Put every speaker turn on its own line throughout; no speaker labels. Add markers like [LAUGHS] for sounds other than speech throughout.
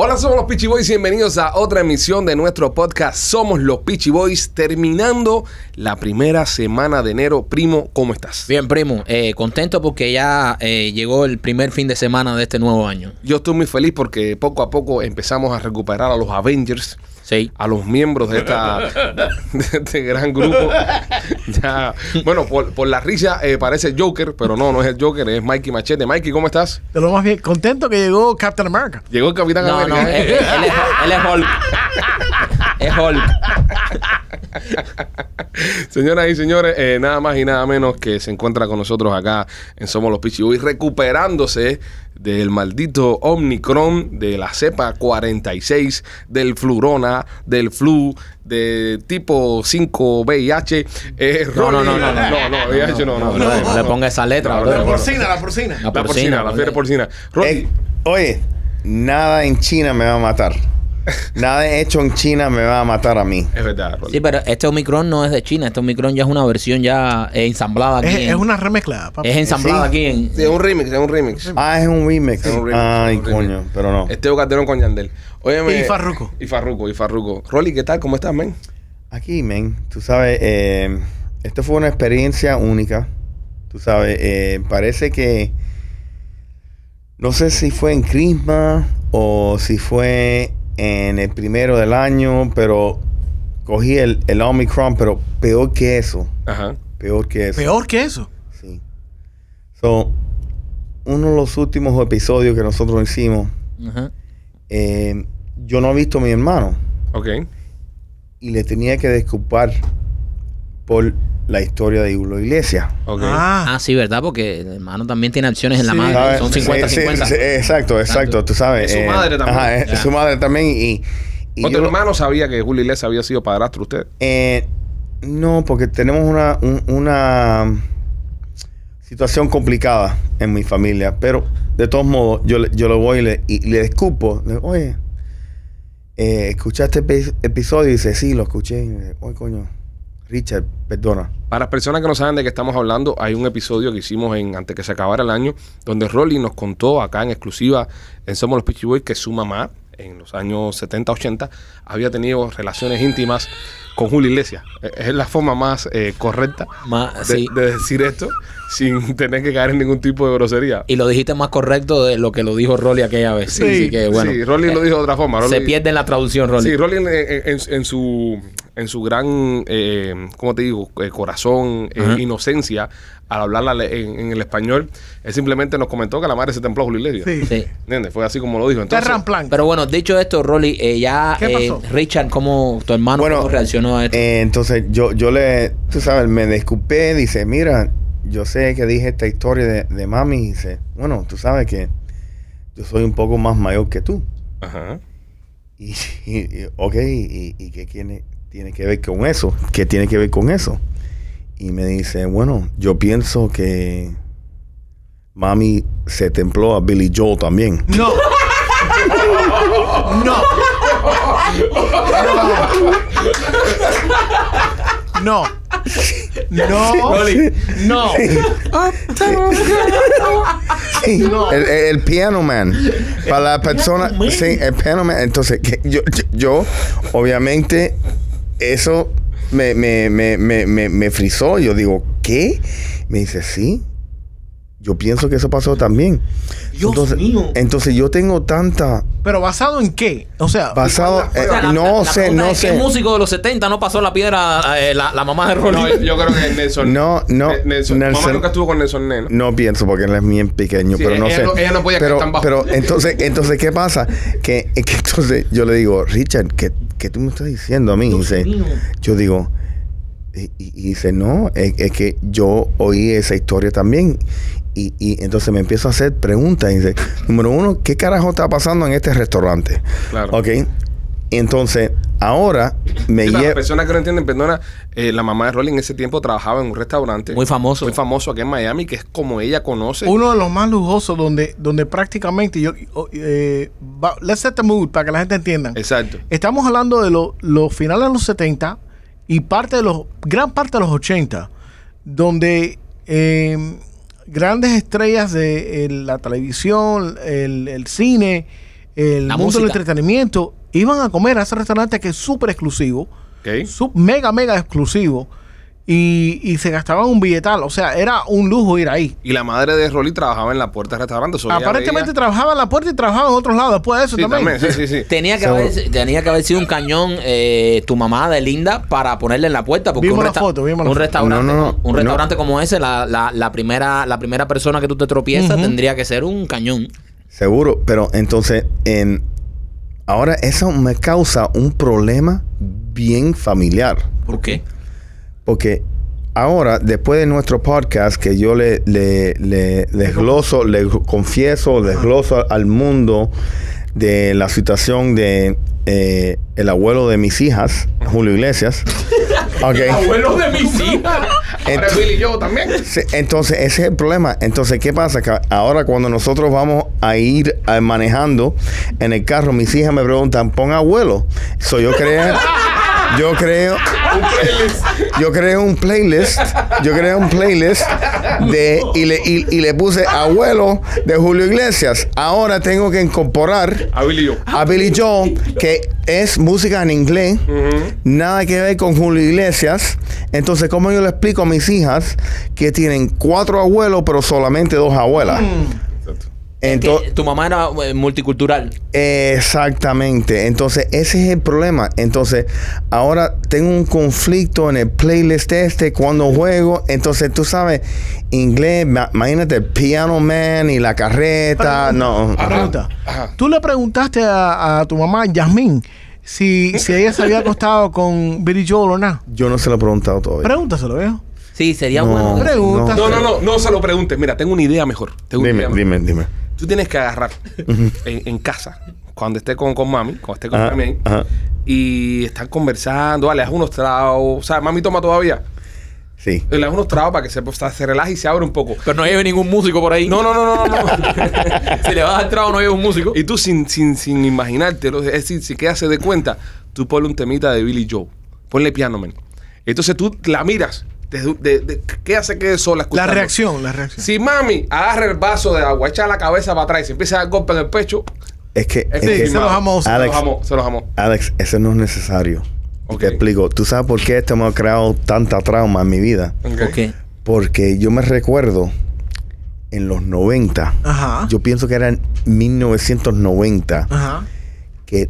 Hola, somos los Peachy Boys y bienvenidos a otra emisión de nuestro podcast. Somos los Peachy Boys, terminando la primera semana de enero. Primo, ¿cómo estás?
Bien, primo, eh, contento porque ya eh, llegó el primer fin de semana de este nuevo año.
Yo estoy muy feliz porque poco a poco empezamos a recuperar a los Avengers,
Sí.
a los miembros de, esta, de este gran grupo. Ya, bueno, por, por la risa eh, parece Joker, pero no, no es el Joker, es Mikey Machete. Mikey, ¿cómo estás?
De lo más bien, contento que llegó Captain America.
Llegó el Capitán
No, no,
América.
él, él- él es, él es Hulk. Es Hulk.
[LAUGHS] Señoras y señores, eh, nada más y nada menos que se encuentra con nosotros acá en Somos los Pichi Boys, recuperándose del maldito Omnicron, de la cepa 46, del Flurona, del Flu, de tipo 5 VIH. eh,
No, no,
Rolly-
no, no, no.
no, no, VIH no, no,
No, no, no le ponga esa letra, bro.
no,
La
no.
porcina, la porcina.
La
La porcina, la fiebre porcina. Rolly,
Eh, oye, nada en China me va a matar. Nada hecho en China me va a matar a mí.
es verdad, Rolly.
Sí, pero este Omicron no es de China. Este Omicron ya es una versión ya eh, ensamblada aquí.
Es,
en-
es una remezcla, papá.
es ensamblada
Sí.
aquí en...
Sí, es un remix, es un remix.
Ah, es un remix.
Es un remix,
Ay,
es un remix.
coño, pero no.
Este Calderón con Yandel. Óyeme-
Y Farruko.
Y Farruko, y Farruko. Rolly, ¿qué tal? ¿Cómo estás, men?
Aquí, men, tú sabes, eh, esto fue una experiencia única. Tú sabes, eh, parece que. No sé si fue en Christmas o si fue en el primero del año, pero cogí el, el Omicron, pero peor que eso.
Ajá.
Peor que eso.
Peor que eso.
Sí. So, uno de los últimos episodios que nosotros hicimos,
Ajá.
eh, yo no he visto a mi hermano
Ok.
y le tenía que disculpar por la historia de Julio Iglesias.
Ok.
Ah,
Ah, sí, ¿verdad? Porque el hermano también tiene acciones en la
Sí.
madre.
¿Sabes?
Ah, Son
Sí,
50-50.
sí, sí, exacto, exacto, tú sabes. eh,
Es su madre también.
ajá, es
Ya.
su madre también. Y, y
Otro
yo-
hermano sabía que Julio Iglesias había sido padrastro usted.
eh, no, porque tenemos una, un- una situación complicada en mi familia. Pero de todos modos, yo, le- yo le voy y le, y le escupo. Le digo, Oye, eh, ¿escuchaste epi- episodio? Y dice, sí, lo escuché. Y dice, Oye, coño, Richard, perdona.
Para las personas que no saben de qué estamos hablando, hay un episodio que hicimos en antes que se acabara el año, donde Rolly nos contó acá en exclusiva en Somos los Peachy Boys que su mamá, en los años 70, 80, había tenido relaciones íntimas con Julio Iglesias. Eh, Es la forma más eh, correcta
Ma-
de,
sí.
de decir esto sin tener que caer en ningún tipo de grosería.
Y lo dijiste más correcto de lo que lo dijo Rolly aquella vez. Sí,
Sí.
que bueno. eh,
sí, Rolly lo dijo de otra forma.
Se
Rolly-
pierde en la traducción, Rolly.
Sí, Rolly en, en- en su en su gran, eh, ¿cómo te digo? Eh, corazón, eh,
Ajá.
inocencia, al hablarla le- en, en el español, él simplemente nos comentó que la madre se templó a Julio Iglesias.
sí.
Sí.
¿Entiendes? Fue así como lo dijo.
Te
Entonces,
ramplan.
Pero bueno, dicho esto, Rolly, eh, ya
¿Qué
eh,
pasó?
Richard, ¿cómo tu hermano
Bueno,
cómo reaccionó a esto?
Eh, entonces yo, yo le, tú sabes, me disculpé, dice, mira, yo sé que dije esta historia de, de mami, y dice, bueno, tú sabes que yo soy un poco más mayor que tú.
Ajá.
[LAUGHS] Y, y- y- ok, y, y qué tiene, tiene que ver con eso? ¿Qué tiene que ver con eso? Y me dice, bueno, yo pienso que mami se templó a Billy Joel también.
No. no. No. No. No.
Sí, el, el- el piano man. Para la persona. Sí, el piano man. Entonces, que yo, yo- yo, obviamente, eso me, me, me, me, me, me frizó. Yo digo, ¿qué? Me dice, sí. Yo pienso que eso pasó también. entonces, entonces yo tengo tanta
Pero basado en qué? O sea,
basado
O
eh,
sea, la-
no
la- la
sé,
pregunta
no
es, ¿Qué
sé.
músico de los 70 no pasó la piedra eh, la, la mamá de Rolly?
eh,
No, eh, yo creo que Nelson.
No, no,
Ne- Nelson. Mamá
Nelson.
nunca estuvo con Nelson Neno.
No pienso porque él es bien pequeño,
Sí,
pero no
ella
sé.
no- ella no podía
pero,
caer tan bajo.
pero entonces, entonces ¿qué pasa? Que, [LAUGHS] que entonces yo le digo, Richard, ¿qué, qué tú me estás diciendo a mí? Y dice, yo digo, y, y- y dice, no, es, es que yo oí esa historia también. Y, y entonces me empiezo a hacer preguntas. Y dice, número uno, ¿qué carajo está pasando en este restaurante?
Claro.
Ok. Entonces, ahora me
Sí, para las
llevo.
personas que no entienden, perdona, eh, la mamá de Rolly en ese tiempo trabajaba en un restaurante.
Muy famoso.
Muy famoso aquí en Miami, que es como ella conoce.
Uno de los más lujosos donde, donde prácticamente yo... eh, va- let's set the mood para que la gente entienda.
Exacto.
Estamos hablando de lo- los finales de los 70 y parte de los, gran parte de los 80, donde eh, grandes estrellas de eh, la televisión, el, el cine, el
La
mundo del
música.
entretenimiento, iban a comer a ese restaurante que es súper exclusivo,
¿Ok?
sub- mega, mega exclusivo, y, y se gastaban un billetal. O sea, era un lujo ir ahí.
Y la madre de Rolly trabajaba en la puerta del restaurante. so ella
Aparentemente
veía-
trabajaba en la puerta y trabajaba en otros lados después de eso
Sí,
también.
también. Sí, sí, [LAUGHS] sí.
Tenía que,
Seguro.
haber, tenía que haber sido un cañón eh, tu mamá de Linda para ponerle en la puerta. Porque
Vimos
un,
la foto, vimos
un
la foto.
restaurante,
No, no, no.
un
No.
restaurante como ese, la, la, la primera, la primera persona que tú te tropiezas tendría que ser un cañón.
Seguro, pero entonces, en- ahora eso me causa un problema bien familiar.
¿Por qué?
Porque ahora, después de nuestro podcast, que yo le, le, le, le gloso, le confieso, le gloso al mundo de la situación de eh, el abuelo de mis hijas,
[LAUGHS]
Julio Iglesias. Ok.
Abuelo de mis
[LAUGHS]
hijas. Ahora
Ent-
Billy y yo también.
Sí, Entonces, ese es el problema. Entonces, ¿qué pasa? Que ahora cuando nosotros vamos a ir eh, manejando en el carro, mis hijas me preguntan, pon abuelo. So, yo
[LAUGHS]
creo, yo creo, yo creo un playlist, yo creo un playlist de, y le, y, y le puse abuelo de Julio Iglesias. Ahora tengo que incorporar
A Billy y yo.
a Billy Joel, que es música en inglés, nada que ver con Julio Iglesias. Entonces, ¿cómo yo le explico a mis hijas que tienen cuatro abuelos, pero solamente dos abuelas?
Exacto.
Entonces,
Que tu mamá era eh, multicultural.
Exactamente. Entonces, ese es el problema. Entonces, ahora tengo un conflicto en el playlist este cuando juego. Entonces, tú sabes, inglés, ma- imagínate Piano Man y la carreta. No.
Una pregunta.
Ajá.
Tú le preguntaste a, a tu mamá, Yasmín, si, si ella se había acostado con Billy Joel o no.
Yo no se lo he preguntado todavía.
Pregúntaselo, viejo.
Sí, sería
No,
bueno.
Pregunta.
No, no, no, no se lo preguntes. Mira, tengo una idea mejor. Tengo una
Dime,
idea mejor.
dime, dime.
Tú tienes que agarrar en, en casa, cuando esté con, con mami, cuando esté con
Ajá,
mami ahí,
ajá.
y están conversando, ah, le das unos tragos. O sea, mami toma todavía.
Sí.
Le das unos tragos para que se, pues, se relaje y se abra un poco.
Pero no lleve ningún músico por ahí.
No, no, no, no, no. no.
[LAUGHS]
[LAUGHS]
si le vas al trago, no lleve un músico.
y tú sin, sin, sin imaginártelo, es decir, si quedas de cuenta, tú ponle un temita de Billy Joe. Ponle piano, man. Entonces tú la miras. desde- de- de- ¿Qué hace que sola
La
escuchando.
reacción, la reacción.
Si mami agarra el vaso de agua, echa la cabeza para atrás y se empieza a dar golpe en el pecho,
Es que, es
Sí,
que-
se los amó. se los
se
Alex.
los amó, se los amó.
Alex, eso no es necesario. Y
Ok.
Te explico. ¿Tú sabes por qué esto me ha creado tanta trauma en mi vida?
¿Por qué?
Porque yo me recuerdo en los 90,
Ajá.
yo pienso que era en 1990,
Ajá.
que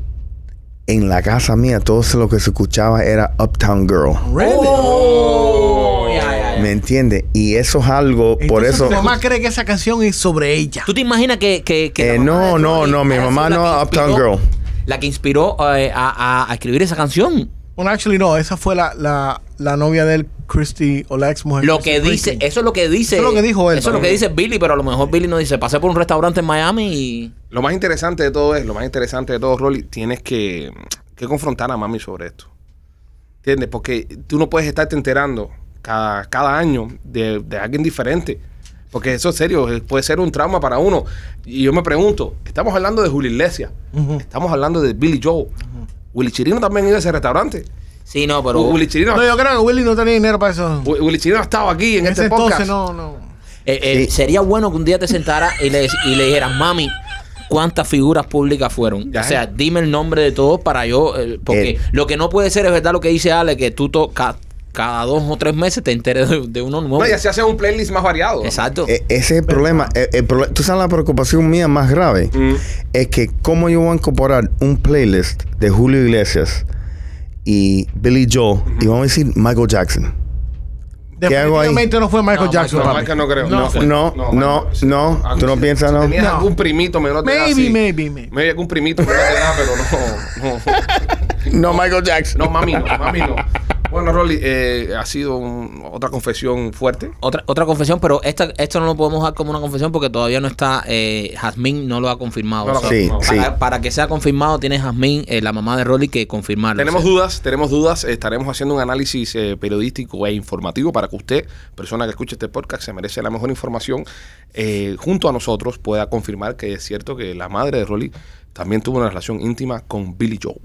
en la casa mía todo eso lo que se escuchaba era Uptown Girl.
Really?
Oh, ya, ya, ya.
¿Me entiendes? Y eso es algo, por
Entonces,
eso...
Tu mamá cree que esa canción es sobre ella.
¿Tú te imaginas que... que, que la
Eh,
mamá
no,
de
no,
Rolly
no, mi
haya sido
mamá
la
no,
que
Uptown
inspiró-
Girl.
La que inspiró eh, a, a- a escribir esa canción.
Bueno, actually, no. Esa fue la, la, la novia de él, Christy, o la ex mujer.
Lo que dice, eso es lo que dice.
Eso es lo que dijo él
Eso es lo que
también.
dice Billy, pero a lo mejor Billy no dice, pasé por un restaurante en Miami y.
Lo más interesante de todo es, lo más interesante de todo, Rolly, tienes que, que confrontar a mami sobre esto. ¿Entiendes? Porque tú no puedes estarte enterando cada, cada año de, de alguien diferente. Porque eso es serio, eh, puede ser un trauma para uno. Y yo me pregunto, estamos hablando de Julio Iglesias, estamos hablando de Billy Joe. Willy Chirino también iba a ese restaurante.
Sí, no, pero.
Pero Willy Chirino,
No, yo creo que Willy no tenía dinero para eso.
Wi- Willy Chirino ha estado aquí en
En ese
este podcast.
entonces, no, no.
eh, eh,
Sí.
Sería bueno que un día te sentaras y le, y le dijeras, mami. ¿Cuántas figuras públicas fueron?
Ya.
O sea, dime el nombre de todos para yo... eh, porque
Eh.
lo que no puede ser es verdad lo que dice Ale, que tú to- ca- cada dos o tres meses te enteres de, de uno nuevo.
No, y así hace un playlist más variado.
Exacto.
Eh, ese es el problema. E, El- el prole- ¿Tú sabes la preocupación mía más grave?
Mm.
Es que cómo yo voy a incorporar un playlist de Julio Iglesias y Billy Joel y vamos a decir Michael Jackson. ¿Qué hago ahí?
Definitivamente no fue Michael
No,
Jackson.
No,
papi.
Michael no creo.
No, no, no, no.
Ah,
¿Tú no
si-
piensas,
si
no?
Tenías
No.
algún primito menor de edad,
Maybe,
sí.
maybe, maybe.
Maybe algún primito menor de edad, pero no.
No, Michael Jackson.
No, no mami, no, mami, no. Bueno, Rolly, eh, ha sido un- otra confesión fuerte.
Otra, otra confesión, pero esta, esto no lo podemos dar como una confesión porque todavía no está. Eh, Jazmín no lo ha confirmado.
No lo
O sea,
ha
Sí, sí.
para, para que sea confirmado, tiene Jazmín, eh, la mamá de Rolly, que confirmarlo.
Tenemos
O sea,
dudas, tenemos dudas. Estaremos haciendo un análisis eh, periodístico e informativo para que usted, persona que escuche este podcast, se merece la mejor información, eh, junto a nosotros pueda confirmar que es cierto que la madre de Rolly también tuvo una relación íntima con Billy Joe.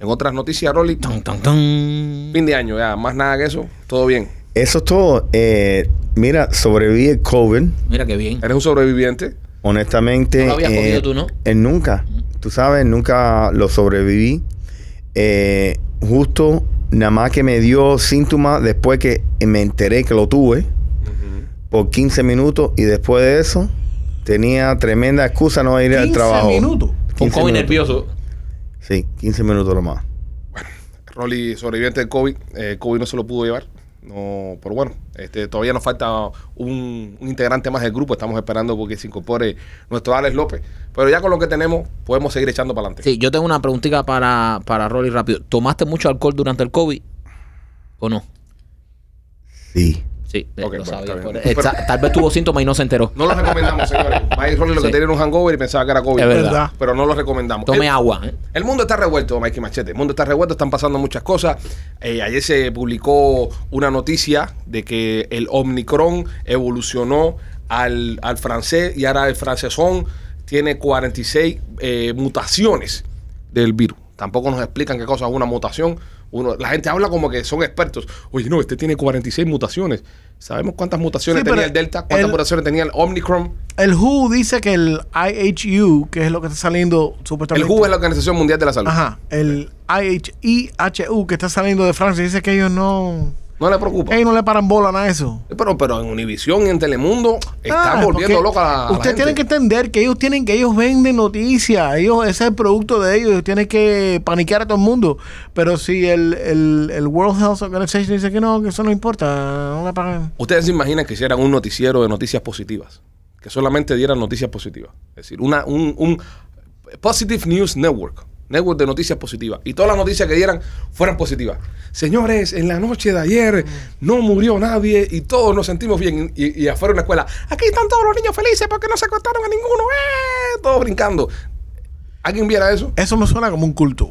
En otras noticias, Rolly,
Tan, tan, tan.
fin de año, ya, más nada que eso, todo bien.
Eso es todo. Eh, mira, sobreviví el COVID.
Mira qué bien.
Eres un sobreviviente.
Honestamente.
No lo habías
eh,
cogido tú, ¿no?
eh, nunca. Tú sabes, nunca lo sobreviví. Eh, justo nada más que me dio síntomas después que me enteré que lo tuve por 15 minutos y después de eso tenía tremenda excusa no ir al
15
trabajo.
minutos.
Un
15
COVID
minutos.
nervioso.
Sí, 15 minutos lo más.
Rolly, sobreviviente del COVID. eh, COVID no se lo pudo llevar. No, pero bueno, este, todavía nos falta un, un integrante más del grupo. Estamos esperando porque se incorpore nuestro Alex López. Pero ya con lo que tenemos, podemos seguir echando para
Este.
adelante.
Sí, yo tengo una preguntita para, para Rolly rápido. ¿Tomaste mucho alcohol durante el COVID o no?
Sí.
Sí, eh,
Ok,
lo
bueno,
sabía.
está bien.
Por- eh, ta- tal vez tuvo síntomas y no se enteró.
No lo recomendamos, señores. Mike Rolly lo que
Sí.
tenía era un hangover y pensaba que era COVID.
Es verdad.
¿Verdad?
Pero no lo recomendamos.
Tome
El-
agua. ¿eh?
El mundo está revuelto, Mikey Machete. El mundo está revuelto, están pasando muchas cosas. Eh, ayer se publicó una noticia de que el Omnicron evolucionó al, al francés y ahora el francesón tiene 46 eh, mutaciones del virus. Tampoco nos explican qué cosa es una mutación. Uno, la gente habla como que son expertos. Oye, no, este tiene 46 mutaciones. ¿Sabemos cuántas mutaciones
Sí, pero
tenía el Delta? ¿Cuántas
el-
mutaciones tenía el Omnicron?
El WHO dice que el IHU, que es lo que está saliendo
El
supuestamente.
WHO es la Organización Mundial de la Salud.
Ajá. El IHIHU que está saliendo de Francia dice que ellos no.
No le preocupa.
Ellos no le paran bola a eso.
Pero, pero en Univisión y en Telemundo están
Ah,
volviendo
porque
loca a la,
Ustedes tienen que entender que ellos tienen que ellos venden noticias, ellos ese es el producto de ellos, ellos tienen que paniquear a todo el mundo. Pero si el, el, el World Health Organization dice que no, que eso no importa, no le pagan.
Ustedes se imaginan que hicieran un noticiero de noticias positivas, que solamente dieran noticias positivas. Es decir, una, un, un Positive News Network, network de noticias positivas. Y todas las noticias que dieran fueran positivas. Señores, en la noche de ayer no murió nadie y todos nos sentimos bien. Y, y afuera de una escuela, aquí están todos los niños felices porque no se acostaron a ninguno, ¡eh! todos brincando. ¿Alguien viera eso?
Eso me suena como un culto.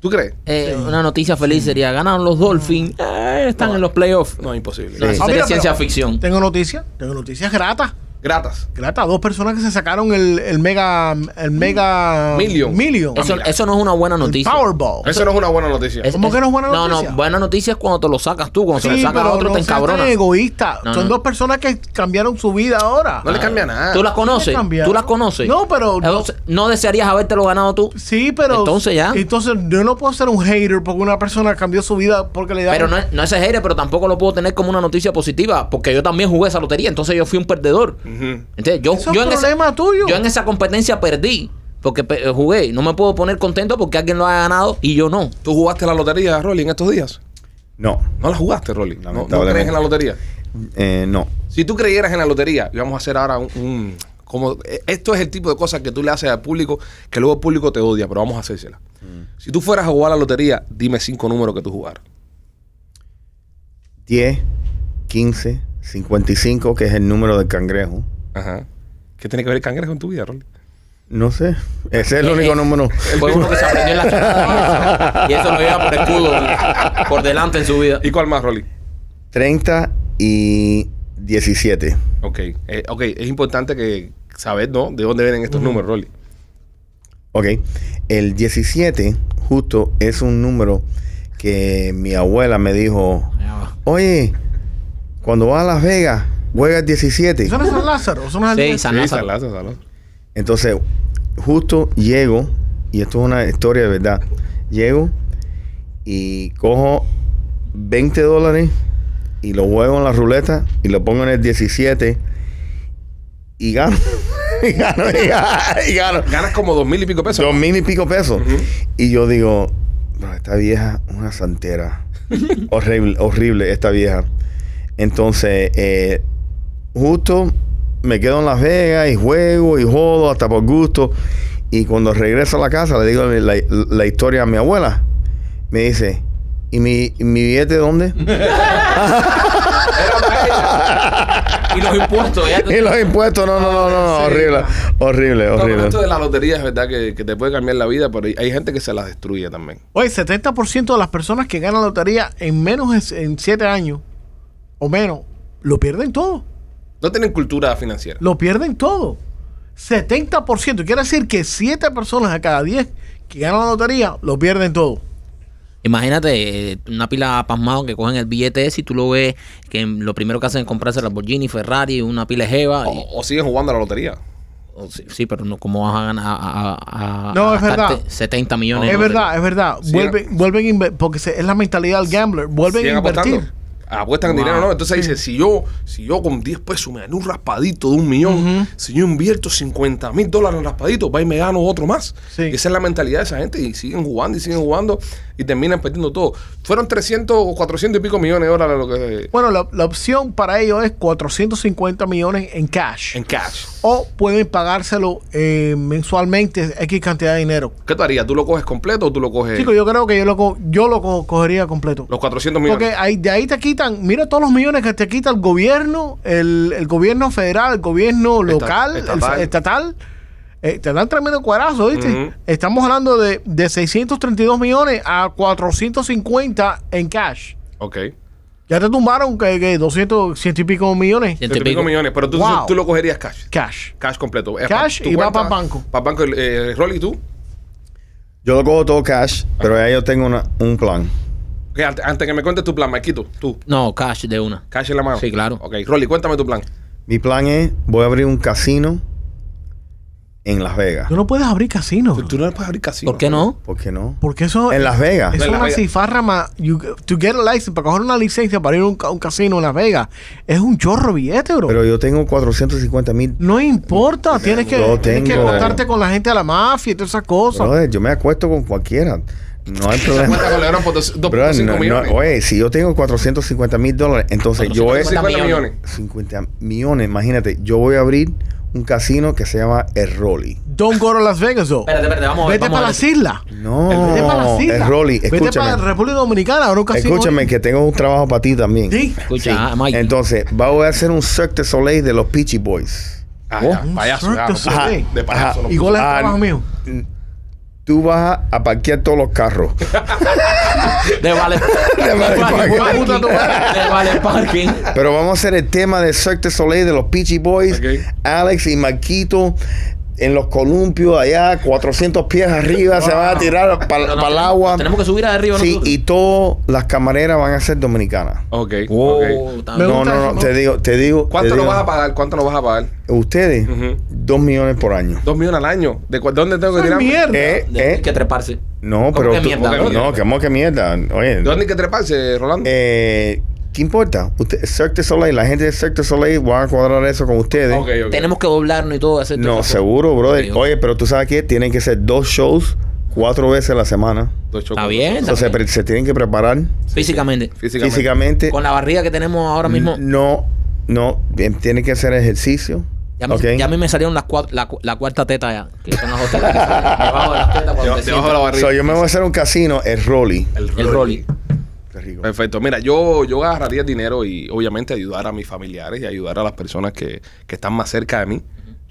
¿Tú crees?
Eh, Una noticia feliz sería: ganaron los Dolphins, eh, están en los playoffs.
No, imposible.
No, eso
Ah,
sería
Ah. mira,
ciencia
pero-
ficción.
Tengo noticias, tengo noticias gratas.
Gratas.
Gratas, dos personas que se sacaron el, el mega el mega
Million.
Mm. Eso,
mira.
eso no es una buena
el
noticia.
Powerball.
Eso no es una buena noticia.
Es-
¿Cómo que no es buena
No,
noticia?
no, buena noticia es cuando te lo sacas tú, cuando se le
Sí,
saca a
pero
otro te
no seas tan
encabronas.
egoísta.
No,
Son
no.
dos personas que cambiaron su vida ahora.
No le cambia nada.
¿Tú las conoces?
cambiaron.
¿Tú las conoces?
No, pero-
Entonces, ¿No desearías habértelo ganado tú?
Sí, pero.
Entonces ya.
Entonces yo no puedo ser un hater porque una persona cambió su vida porque le da.
Pero no, es- no es hater, pero tampoco lo puedo tener como una noticia positiva, porque yo también jugué esa lotería, entonces yo fui un perdedor.
Ujú.
Entonces, yo,
Eso es
yo en esa-
problema tuyo.
yo en esa competencia perdí, porque pe- eh, jugué. No me puedo poner contento porque alguien lo ha ganado y yo no.
¿Tú jugaste la lotería, Rolly, en estos días?
No.
No la jugaste, Rolly. No- No,
Lamentablemente.
crees en la lotería.
Eh, no.
Si tú creyeras en la lotería, y vamos a hacer ahora un, un- como eh, esto es el tipo de cosas que tú le haces al público que luego el público te odia, pero vamos a hacérsela.
Mm.
Si tú fueras a jugar la lotería, dime cinco números que tú jugaras.
10, 15, 55, que es el número del cangrejo.
Ajá. ¿Qué tiene que ver el cangrejo en tu vida, Rolly?
No sé. Ese
[LAUGHS]
es el
Eh,
único
eh.
número.
Fue uno que se aprendió en la chocada y eso lo lleva por escudo, por delante en su vida.
¿Y cuál más, Rolly?
30 y 17.
Ok. Eh, ok, es importante que saber, ¿no? De dónde vienen estos números, Rolly.
Ok. El 17 justo es un número que mi abuela me dijo, oye, cuando vas a Las Vegas, juega el 17.
Eso no es San Lázaro. Eso no es
Sí,
el-
San
Sí,
Lázaro.
San Lázaro, San Lázaro.
Entonces, justo llego, y esto es una historia de verdad, llego y cojo 20 dólares y lo juego en la ruleta y lo pongo en el 17 y gano. [LAUGHS] y gano, y gano, y gano.
Ganas como dos mil y pico pesos.
Dos mil y pico pesos.
Ujú.
Y yo digo, "Bro, esta vieja, una santera.
[LAUGHS]
horrible, horrible esta vieja. Entonces, eh, justo me quedo en Las Vegas y juego y jodo hasta por gusto. Y cuando regreso a la casa, le digo la, la- la historia a mi abuela. Me dice, ¿Y mi, y mi billete dónde?
[LAUGHS]
Y los impuestos, ya
y
te-
los impuestos, no, no, no, no, no,
Sí.
horrible, horrible,
No, pero
horrible.
esto de la lotería es verdad que, que te puede cambiar la vida, pero hay- hay gente que se las destruye también.
Oye, 70% de las personas que ganan la lotería en menos de- en 7 años o menos, lo pierden todo.
No tienen cultura financiera.
Lo pierden todo. 70%. Quiere decir que 7 personas a cada 10 que ganan la lotería, lo pierden todo.
Imagínate eh, una pila pasmado que cogen el billete ese y tú lo ves que lo primero que hacen es comprarse Lamborghini, Ferrari, una pila de Jeva. y-
O, o siguen jugando a la lotería.
o sí, sí, pero no, ¿cómo vas a ganar a, a- a-
No,
a
es verdad.
gastarte 70 millones?
es
en lotería?
verdad, es verdad.
Sí,
vuelven, vuelven a inver- porque se- es la mentalidad del gambler. Vuelven
siguen
a invertir.
apostando. Apuestan
Wow.
dinero, ¿no? Entonces dice, si yo, si yo con 10 pesos me gano un raspadito de un millón,
Ujú.
si yo invierto 50 mil dólares en raspadito, va y me gano otro más.
Sí.
Y esa es la mentalidad de esa gente y siguen jugando y siguen jugando y terminan perdiendo todo. Fueron 300 o 400 y pico millones de dólares lo que,
Bueno, la, la opción para ellos es 450 millones en cash.
en cash.
o pueden pagárselo eh, mensualmente X cantidad de dinero.
¿Qué tú harías? ¿Tú lo coges completo o tú lo coges
Chicos, yo creo que yo lo, co- yo lo co- cogería completo.
los 400 millones?
Porque ahí, de ahí te quitan, mira todos los millones que te quita el gobierno, el, el gobierno federal, el gobierno local, el fe-
estatal.
estatal. Eh, te dan tremendo cuarazo, ¿viste?
Ujú.
Estamos hablando de, de 632 millones a 450 en cash.
Ok.
Ya te tumbaron que, que 200, ciento y pico millones
Ciento y
Ciento y pico
pico.
millones, pero tú,
Wow.
tú lo cogerías cash.
cash.
Cash completo. Es
Cash
tu
y va
cuenta,
pa'l banco.
Para banco, eh, Rolly, ¿tú?
Yo lo cojo todo cash, pero ya yo tengo una- un plan.
Ok, ante- antes que me cuentes tu plan, Maquito, tú.
No, cash de una.
Cash en la mano.
Sí, claro.
Ok, Rolly, cuéntame tu plan.
Mi plan es, voy a abrir un casino en Las Vegas.
Tú no puedes abrir casinos.
Tú no puedes abrir casino.
¿Por qué no?
¿Por qué no?
Porque eso.
En Las Vegas.
Eso
En
es
Las
una
Vegas.
cifarra ma- you- to get a license, para coger una licencia para ir a un, ca- un casino en Las Vegas, es un chorro de billete, bro.
Pero yo tengo 450 mil.
no importa, tienes que,
Yo
tienes que
tengo- eh.
contarte con la gente de la mafia y todas esas cosas.
Brother, yo me acuesto con cualquiera.
[LAUGHS]
No hay problema.
Cuenta con LeBron por dos-
Brother,
2.5
no- no-
millones.
oye, si yo tengo 450 mil dólares, entonces yo es
50 millones.
50 millones, imagínate, yo voy a abrir un casino que se llama El Rolly.
Don't go to Las Vegas, though.
Espérate, espérate, vamos a ver.
Vete
vamos a
para
ver.
las islas. Vete para
No,
las
El
islas.
Rolly,
Vete para la
escúchame.
República Dominicana, ahora un casino.
Escúchame que tengo un trabajo para ti también.
Sí.
Escucha, ah, Mike.
Entonces, voy a hacer un Cirque du Soleil de los Peachy Boys.
Ah,
Oh.
ya,
Un
payaso.
Cirque
ya,
du
no,
Soleil.
de payaso.
Ajá.
no.
¿Y cuál es el
Ah,
trabajo mío?
Tú vas a parquear todos los carros.
De vale.
[LAUGHS] De Vale Parking.
Parking. De vale parking.
Pero vamos a hacer el tema de Cirque du Soleil de los Peachy Boys.
Ok.
Alex y Marquito en los columpios allá, 400 pies arriba, se van a tirar
No,
para
no,
el
tenemos-
agua.
Tenemos que subir arriba.
Sí,
nosotros.
y todas las camareras van a ser dominicanas.
Ok,
Oh,
ok.
está
Me
bien.
No,
gusta
no,
eso,
no,
¿no?
te digo, te digo.
¿Cuánto
te
lo
digo.
vas a pagar? ¿Cuánto lo vas a pagar?
Ustedes,
Ujú.
dos millones por año.
Dos millones al año. ¿De, cu- dónde tengo que
Ay,
tirar?
mierda.
Eh,
De-
eh,
Hay que treparse.
no,
¿Cómo
pero.
que
tú-
mierda,
no,
bro?
no, ¿cómo que mierda? Oye,
¿De dónde hay que treparse, Rolando?
eh, ¿qué importa? Usted, Cirque du Soleil, la gente de Cirque du Soleil van a cuadrar eso con ustedes.
ok, ok.
Tenemos que doblarnos y todo. hacer todo
No,
eso.
seguro, brother.
Sí, ok.
Oye, pero tú sabes que tienen que ser dos shows cuatro veces a la semana.
Dos chocos.
Está bien. está
O sea,
bien.
se tienen que preparar
Físicamente.
Físicamente.
físicamente.
Con la barriga que tenemos
Mm,
ahora mismo.
No, no, bien, tienen que hacer ejercicio.
Ya, me-
ok.
ya a mí me salieron las cua- la, cu- la cuarta teta ya. Que son las dos tetas que salen debajo de las tetas
Deba- Debajo
cuando te
de la
sientas.
barriga.
So, yo me voy a hacer un casino, el Rolly.
El rolling.
Qué rico.
Perfecto. Mira, yo, yo agarraría dinero y obviamente ayudar a mis familiares y ayudar a las personas que, que están más cerca de mí.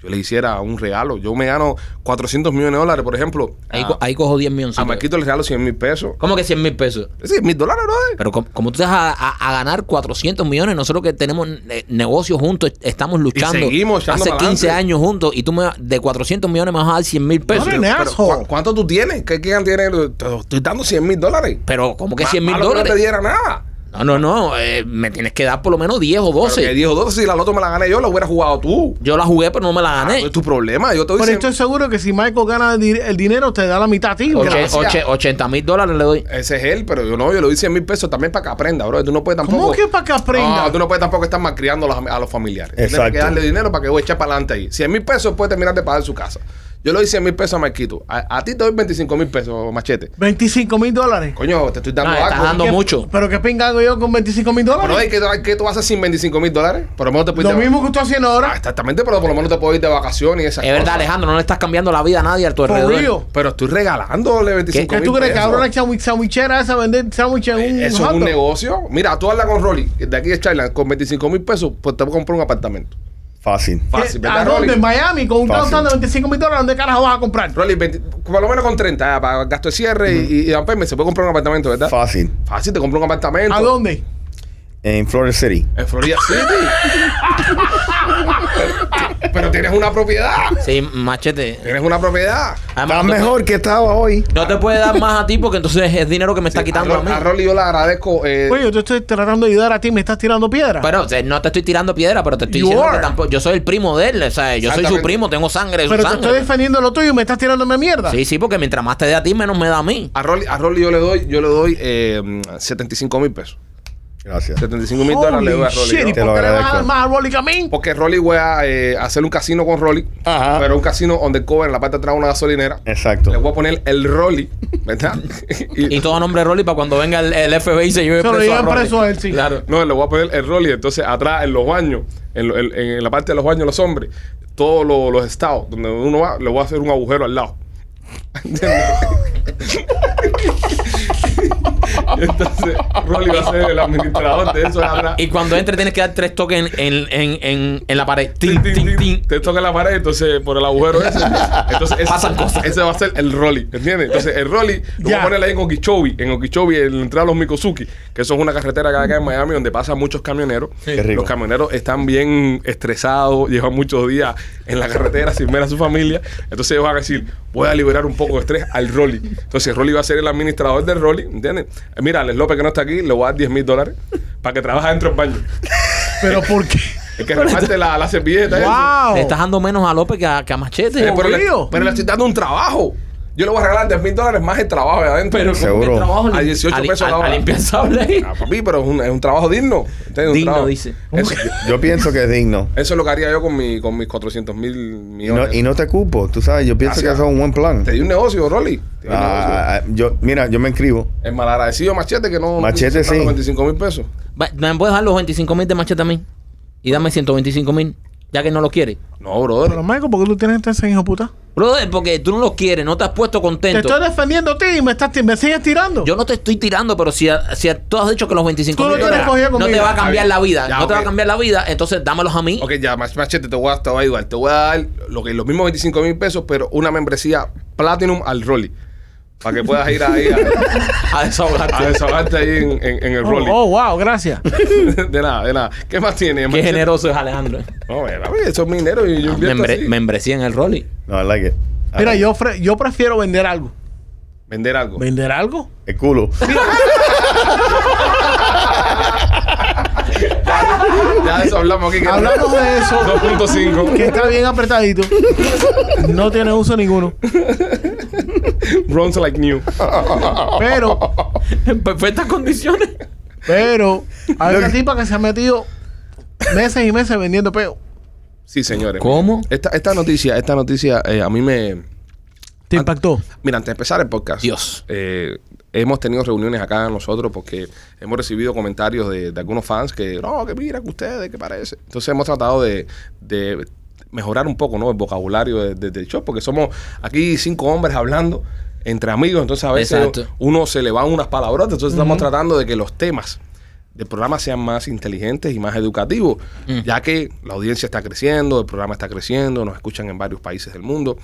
Yo les hiciera un regalo. Yo me gano 400 millones de dólares, por ejemplo. Ah,
Ahí,
a,
co- ahí cojo 10 millones.
a Marquito le regalo 100 mil pesos.
¿Cómo que 100 mil pesos?
Sí, mil dólares, brother.
Pero como, como tú vas a, a- a ganar 400 millones, nosotros que tenemos eh, negocios juntos, estamos luchando.
seguimos echando
hace
pa'lante.
15 años juntos y tú me, vas- de 400 millones me vas a dar 100 mil pesos.
Dale, nena.
Pero,
Asshole.
¿cu- ¿Cuánto tú tienes? ¿Qué, qué cantidad de dinero? Te te estoy dando 100 mil dólares.
Pero como que 100 mil
Malo que No te
dólares.
diera nada.
No, no, no. eh, me tienes que dar por lo menos 10 o
Pero
12.
que dijo, "Dos, si la loto me la gané yo, la hubiera jugado tú.
Yo la jugué, pero no me la
Ah, no
gané.
es tu problema. Yo te doy
Pero
100
estoy seguro que si Michael gana el, di- el dinero, te da la mitad a ti, bro.
Oche-
gracias.
oche- 80 mil dólares le doy.
Ese es él, pero yo no, yo le doy 100 mil pesos también para que aprenda, bro. Tú no puedes tampoco.
¿Cómo que para que aprenda?
No, tú no puedes tampoco estar malcriando a los, a los familiares. Tienes
Exacto.
que darle dinero para que voy a echar para adelante ahí. 100 mil pesos puede terminar de pagar su casa. Yo le doy 100 mil pesos a Marquito. A, a ti te doy 25 mil pesos, machete.
25 mil dólares.
Coño, te estoy dando
No, estás
algo.
dando
¿Qué-
mucho.
¿Pero qué pinga hago yo con 25 mil
Pero,
dólares?
¿qué, ¿qué tú haces sin 25 mil dólares? Por lo menos te puedes
Lo
ir de-
mismo que estoy haciendo
Ah,
ahora.
exactamente, pero por lo menos te puedo ir de vacaciones y esas
Es verdad,
cosas.
Alejandro, no le estás cambiando la vida a nadie a tu
Por
alrededor.
Río.
Pero estoy regalándole 25
¿Qué
mil
tú crees que
pesos.
ahora una sandwich- sandwichera esa vender sándwich en un
Eso
hot
es un
dog?
negocio. Mira, tú hablas con Rolly, de aquí de Charland, con 25 mil pesos, pues te voy a comprar un apartamento.
Fácil.
¿Qué-
Fácil,
¿A
¿verdad,
dónde?
Rolly?
En Miami, con un
Fácil.
downtown de 25 mil dólares, ¿dónde carajo vas a comprar?
Rolly, 20 por lo menos con 30, ah, para gasto de cierre y- y, y down payment, se puede comprar un apartamento, ¿verdad?
Fácil.
Fácil, te compro un apartamento.
¿A dónde?
En Florida City.
En Florida City. [LAUGHS] pero, pero tienes una propiedad.
Sí, machete.
Tienes una propiedad.
Además,
Estás
no te-
mejor que estaba hoy.
No te puede dar más a ti porque entonces es dinero que me está quitando
a,
a
Ro-
mí.
a Rolly yo le agradezco. eh,
Oye, yo te estoy tratando de ayudar a ti, me estás tirando piedra.
Pero o sea, no te estoy tirando piedra, pero te estoy
You
diciendo
are.
que tampoco. Yo soy el primo de él, o sea, yo soy su
Exactamente.
primo, tengo sangre, de su
Pero te
sangre.
estoy defendiendo lo tuyo y me estás tirándome mierda.
Sí, sí, porque mientras más te dé a ti, menos me da a mí.
a, Rolly, a Rolly yo le doy, yo le doy eh, 75 mil pesos.
Gracias.
75 mil dólares le doy a
Holy
Rolly.
shit,
¿no?
¿y
Te
por
lo
qué le vas a
agradezco.
dar más a Rolly que a mí?
Porque Rolly voy a eh, hacer un casino con Rolly.
Ajá.
Pero un casino donde cover en la parte de atrás una gasolinera.
Exacto.
Le voy a poner el Rolly, ¿verdad?
[LAUGHS]
Y todo a nombre de Rolly para cuando venga el, el FBI se lleve
Se lo
preso, a
llevan
Rolly.
preso a él, sí.
Claro.
no, le voy a poner el Rolly. Entonces, atrás en los baños, en, lo- en- en la parte de los baños de los hombres, todos lo- los estados donde uno va, le voy a hacer un agujero al
[LAUGHS]
lado. [LAUGHS] ¿Entiendes? Y Entonces, Rolly va a ser el administrador de eso. atrás.
Y cuando entre tienes que dar tres toques en, en, en, en, en la pared. Tin,
Tin, tin,
tin, tin.
Te toca la pared, entonces por el agujero ese. Entonces, ese,
Pasan cosas.
ese va a ser el Rolly, ¿entiendes? Entonces, el Rolly lo voy
Ya.
a poner ahí en Okeechobee, en Okeechobee, en la entrada de los Mikosuki, que eso es una carretera que hay acá en Miami donde pasan muchos camioneros.
Qué rico.
Los camioneros están bien estresados, llevan muchos días en la carretera sin ver a su familia. Entonces, ellos van a decir, voy a liberar un poco de estrés al Rolly. Entonces, el Rolly va a ser el administrador del Rolly, ¿entiendes? Eh, Mira, Alex López que no está aquí, le voy a dar 10 mil dólares para que trabaje dentro del baño.
Pero ¿por
[LAUGHS]
qué?
El que reparte la, la servilleta. eso.
Le
¡Wow!
estás dando menos a López que a, que a Machete.
Eh, pero, le,
aburrido.
pero le estoy dando un trabajo. Yo le voy a regalar 10 mil dólares más el trabajo de adentro.
Pero
Seguro.
¿con qué trabajo
A
lim-
18
a li-
pesos
a-
la hora.
a limpiar sable?
Ah, papi, pero es un, es un trabajo digno. ¿Entiendes? Un
Digno,
trabajo.
dice.
Eso,
Yo pienso que es digno.
eso es lo que haría yo con, mi, con mis 400 mil
Y no,
millones.
y no te cupo. Tú sabes, yo pienso
Gracias.
que eso es un buen plan.
Te di un negocio, Rolly. Te di un negocio.
Ah, yo, mira, yo me inscribo.
Es malagradecido Machete que no...
Machete, sí.
25 mil pesos.
Va- ¿Me puedes dar los 25 mil de Machete a mí? Y dame 125 mil, ya que no lo quieres.
No, brother.
Pero Michael, ¿por qué tú tienes ese hijo puta?
Brother, porque tú no los quieres, no te has puesto
Te
contento.
estoy defendiendo a ti y me, estás, me sigues tirando.
Yo no te estoy tirando, pero si, a- si a- tú has dicho que los 25
Tú no
mil dólares
tienes cogida
no te
conmigo.
va a cambiar la vida,
Ya,
no te va a
ok.
cambiar la vida, entonces dámelos a mí.
Ok, ya, mach- Machete, te voy a, te voy a ayudar. Te voy a dar lo que, los mismos 25 mil pesos, pero una membresía Platinum al Rolly. Para que puedas ir ahí a, [LAUGHS]
A
a
desahogarte.
desahogarte ahí en, en- en el
Oh,
Rolly.
oh, wow, gracias.
[LAUGHS] De nada, de nada. ¿Qué más tiene?
Qué generoso es Alejandro.
No, mira, mira, eso es mi dinero y yo invierto
Membre-
así.
membresía en el Rolly.
No, I like it. I
Mira,
like
yo, ofre- yo prefiero vender algo.
Vender algo.
¿Vender algo?
it. El culo.
Ya de eso hablamos aquí. que-
Hablamos
[LAUGHS]
de eso.
2.5.
Que está bien apretadito. No tiene uso ninguno.
Runs like new.
Pero,
En perfectas condiciones.
pero, hay una tipa que se ha metido meses y meses vendiendo peo.
Sí, señores.
¿Cómo?
Esta, esta noticia, esta noticia eh, a mí me...
¿Te impactó?
Mira, antes de empezar el podcast.
Dios.
eh, hemos tenido reuniones acá nosotros porque hemos recibido comentarios de, de algunos fans que, no, que mira, que ustedes, que parece. Entonces hemos tratado de, de mejorar un poco, ¿no? El vocabulario de- de- del show, porque somos aquí cinco hombres hablando entre amigos, entonces a veces
Exacto.
uno se le van unas palabrotas, entonces estamos tratando de que los temas del programa sean más inteligentes y más educativos,
Mm.
ya que la audiencia está creciendo, el programa está creciendo, nos escuchan en varios países del mundo.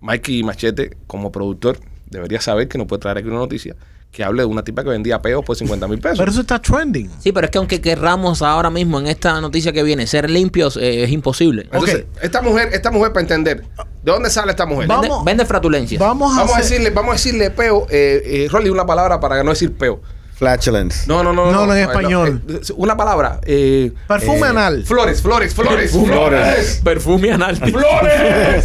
Mikey Machete, como productor, debería saber que nos puede traer aquí una noticia que hable de una tipa que vendía peos por 50 mil pesos.
Pero eso está trending.
Sí, pero es que aunque querramos ahora mismo en esta noticia que viene ser limpios, eh, es imposible.
Entonces, esta mujer, esta mujer para entender, ¿de dónde sale esta mujer?
Va-
Vende,
vamos-
vende fratulencia.
Vamos a,
Vamos a
hacer-
decirle, vamos a decirle peo, eh, eh, Rolly, una palabra para no decir peo.
Flatulence.
No, no, no,
No, no, en
eh,
español.
eh, una palabra. eh,
Perfume
eh,
anal.
Flores, flores, flores.
Flores.
Perfume anal.
[LAUGHS]
¡Flores!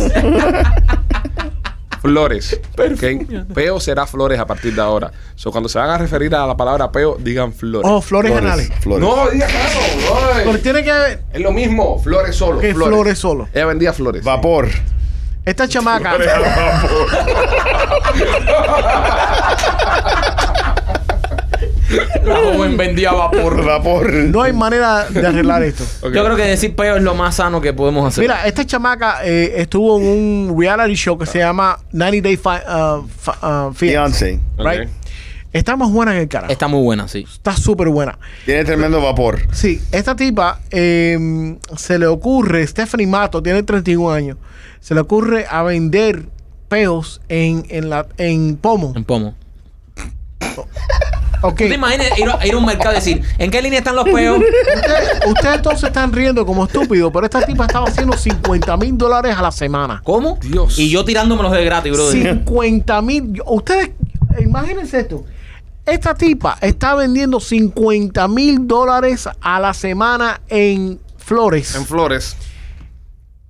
Flores. ¿ok? Peo será flores a partir de ahora. So, cuando se van a referir a la palabra peo, digan flores.
Oh, flores, anales.
Flores.
No, digan eso.
Pero
flores.
tiene que haber
Es lo mismo, flores solo.
Que flores solo.
Ella vendía flores.
Vapor.
Esta chamaca.
La joven vendía vapor.
Vapor.
No hay manera de arreglar esto.
Ok.
Yo creo que decir peo es lo más sano que podemos hacer.
Mira, esta chamaca eh, estuvo en un reality show que se llama 90 Day Fi uh, Fi- uh, Fiancé.
Beyoncé.
Ok.
Right? Está más buena que el carajo.
está muy buena, sí.
Está súper buena.
Tiene tremendo vapor.
Sí, esta tipa eh, se le ocurre, Stephanie Mato tiene 31 años, se le ocurre a vender peos en, en, la, en pomo.
En pomo.
Ok.
¿Tú te imaginas ir a, ir a un mercado y decir, ¿en qué línea están los peos?
Ustedes ustedes todos se están riendo como estúpidos, pero esta tipa estaba haciendo 50 mil dólares a la semana.
[LAUGHS] ¿Cómo?
Dios.
Y yo tirándomelos de gratis, brother.
50 mil. Ustedes, imagínense esto. Esta tipa está vendiendo 50 mil dólares a la semana en flores.
En flores.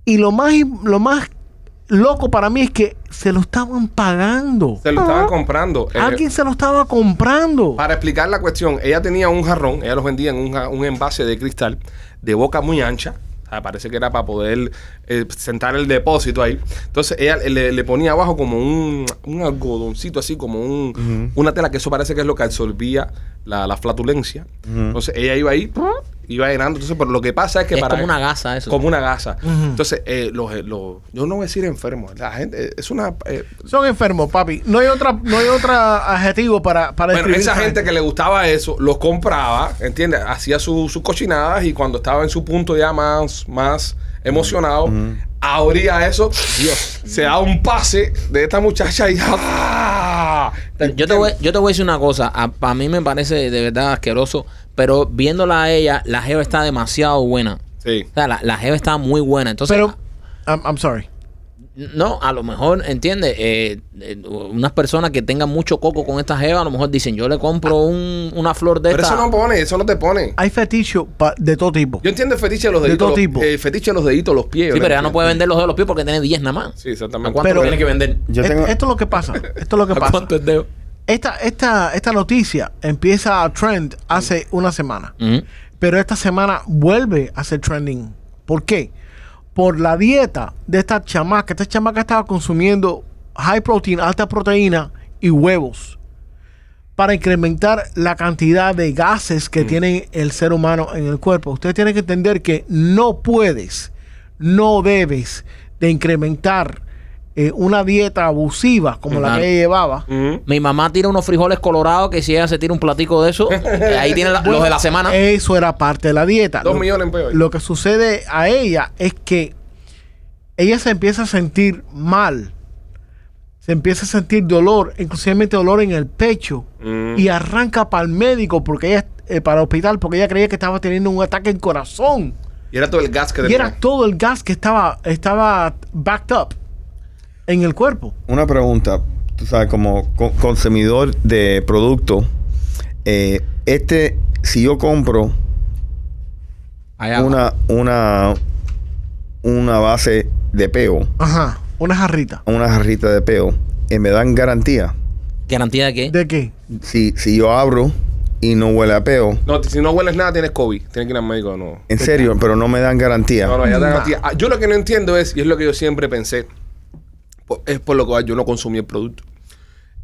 y lo más, lo más loco para mí es que se lo estaban pagando.
Se lo estaban comprando. Eh,
Alguien se lo estaba comprando.
Para explicar la cuestión, ella tenía un jarrón, ella los vendía en un, ja- un envase de cristal de boca muy ancha. O sea, parece que era para poder eh, sentar el depósito ahí. Entonces ella le, le ponía abajo como un, un algodoncito, así como un, una tela que eso parece que es lo que absorbía la, la flatulencia. Entonces ella iba ahí, iba llenando. Entonces, pero lo que pasa es que
Es
para.
como una gasa eso.
Como una gasa.
Ujú.
Entonces, eh, los, eh, los- yo no voy a decir enfermos. La gente eh, es una. eh,
Son enfermos, papi. No hay otra, no hay otro adjetivo para, para
Bueno,
describir
esa
esa
gente que le gustaba eso, los compraba, ¿entiendes? Hacía su- sus cochinadas y cuando estaba en su punto ya más, más emocionado, abría eso, Dios, se da un pase de esta muchacha y ¡ah!
Pero yo, te voy, yo te voy a decir una cosa. A, a mí me parece de verdad asqueroso. Pero viéndola a ella, la Jeva está demasiado buena.
Sí.
O sea, la, la Jeva está muy buena. Entonces,
Pero, I'm, I'm sorry.
No, a lo mejor, entiende Eh, eh, unas personas que tengan mucho coco con esta jeva, a lo mejor dicen, yo le compro un- una flor de
Pero
esta.
eso no pone, eso no te pone.
Hay feticho pa- de todo tipo.
Yo entiendo el fetiche de los
De
deditos. los-
todo tipo.
eh, fetiche de los deditos, los pies. yo
sí,
lo
pero ella no
entiendo.
puede vender los dedos de los pies porque tiene 10 nada más.
Sí,
¿A
exactamente.
cuánto
Pero-
tiene que vender?
Yo
Este-
tengo.
Esto es lo que pasa.
[LAUGHS]
Esto es lo que
¿A
pasa.
cuánto es dedo?
Esta, esta, esta noticia empieza a trend hace una semana.
Mm.
Ujú.
Pero esta semana vuelve a ser trending. ¿Por qué? Por la dieta de esta chamaca. Esta chamaca estaba consumiendo high protein, alta proteína y huevos para incrementar la cantidad de gases
Mm.
que tiene el ser humano en el cuerpo. Ustedes tienen que entender que no puedes, no debes de incrementar eh, una dieta abusiva como la
Claro.
que ella llevaba.
Ujú.
Mi mamá tira unos frijoles colorados que si ella se tira un platico de eso, eh, ahí tiene la- los de la semana.
Eso era parte de la dieta.
Dos
Lo-
millones en peor.
Lo que sucede a ella es que ella se empieza a sentir mal. Se empieza a sentir dolor, inclusive dolor en el pecho.
Mm.
Y arranca para el médico, porque ella, eh, para el hospital, porque ella creía que estaba teniendo un ataque al corazón.
Y era todo el gas que
Y
tenía.
era todo el gas que estaba, estaba backed up en el cuerpo.
Una pregunta, tú sabes, como co- consumidor de producto, eh, este, si yo compro
eh,
Allá.
una, una, una base de peo,
Ajá, una jarrita.
una jarrita de peo, eh, me dan garantía.
¿Garantía de qué?
¿De qué?
Si, si yo abro y no huele a peo,
No, si no hueles nada, tienes COVID. Tienes que ir al médico de nuevo.
en serio, pero no me dan garantía.
No, no, ya te
Nah.
garantía. Ah, Yo lo que no entiendo es, y es lo que yo siempre pensé, po- es por lo cual yo no consumí el producto.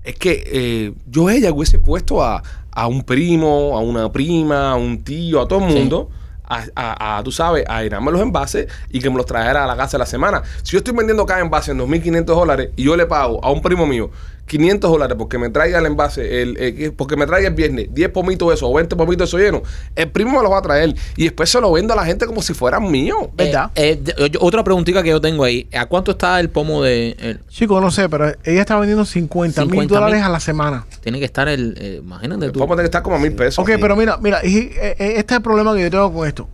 Es que eh, yo ella hubiese puesto a, a un primo, a una prima, a un tío, a todo el
Sí.
mundo. A, a- a, tú sabes, a llenarme los envases y que me los trajera a la casa de la semana. Si yo estoy vendiendo cada envase en 2.500 dólares y yo le pago a un primo mío 500 dólares porque me traiga el envase, el, eh, que- porque me traiga el viernes 10 pomitos de eso o 20 pomitos de eso lleno, el primo me los va a traer y después se lo vendo a la gente como si fueran míos.
Eh,
¿Verdad?
eh, yo- yo- otra preguntita que yo tengo ahí. ¿A cuánto está el pomo de...? el-
Chico, no sé, pero ella está vendiendo 50 mil
50.000.
dólares a la semana.
tiene que estar el... eh, imagínate tú.
Vamos a tener que estar como a mil pesos.
Ok, pero mira, mira, y- eh, eh, este es el problema que yo tengo con esto.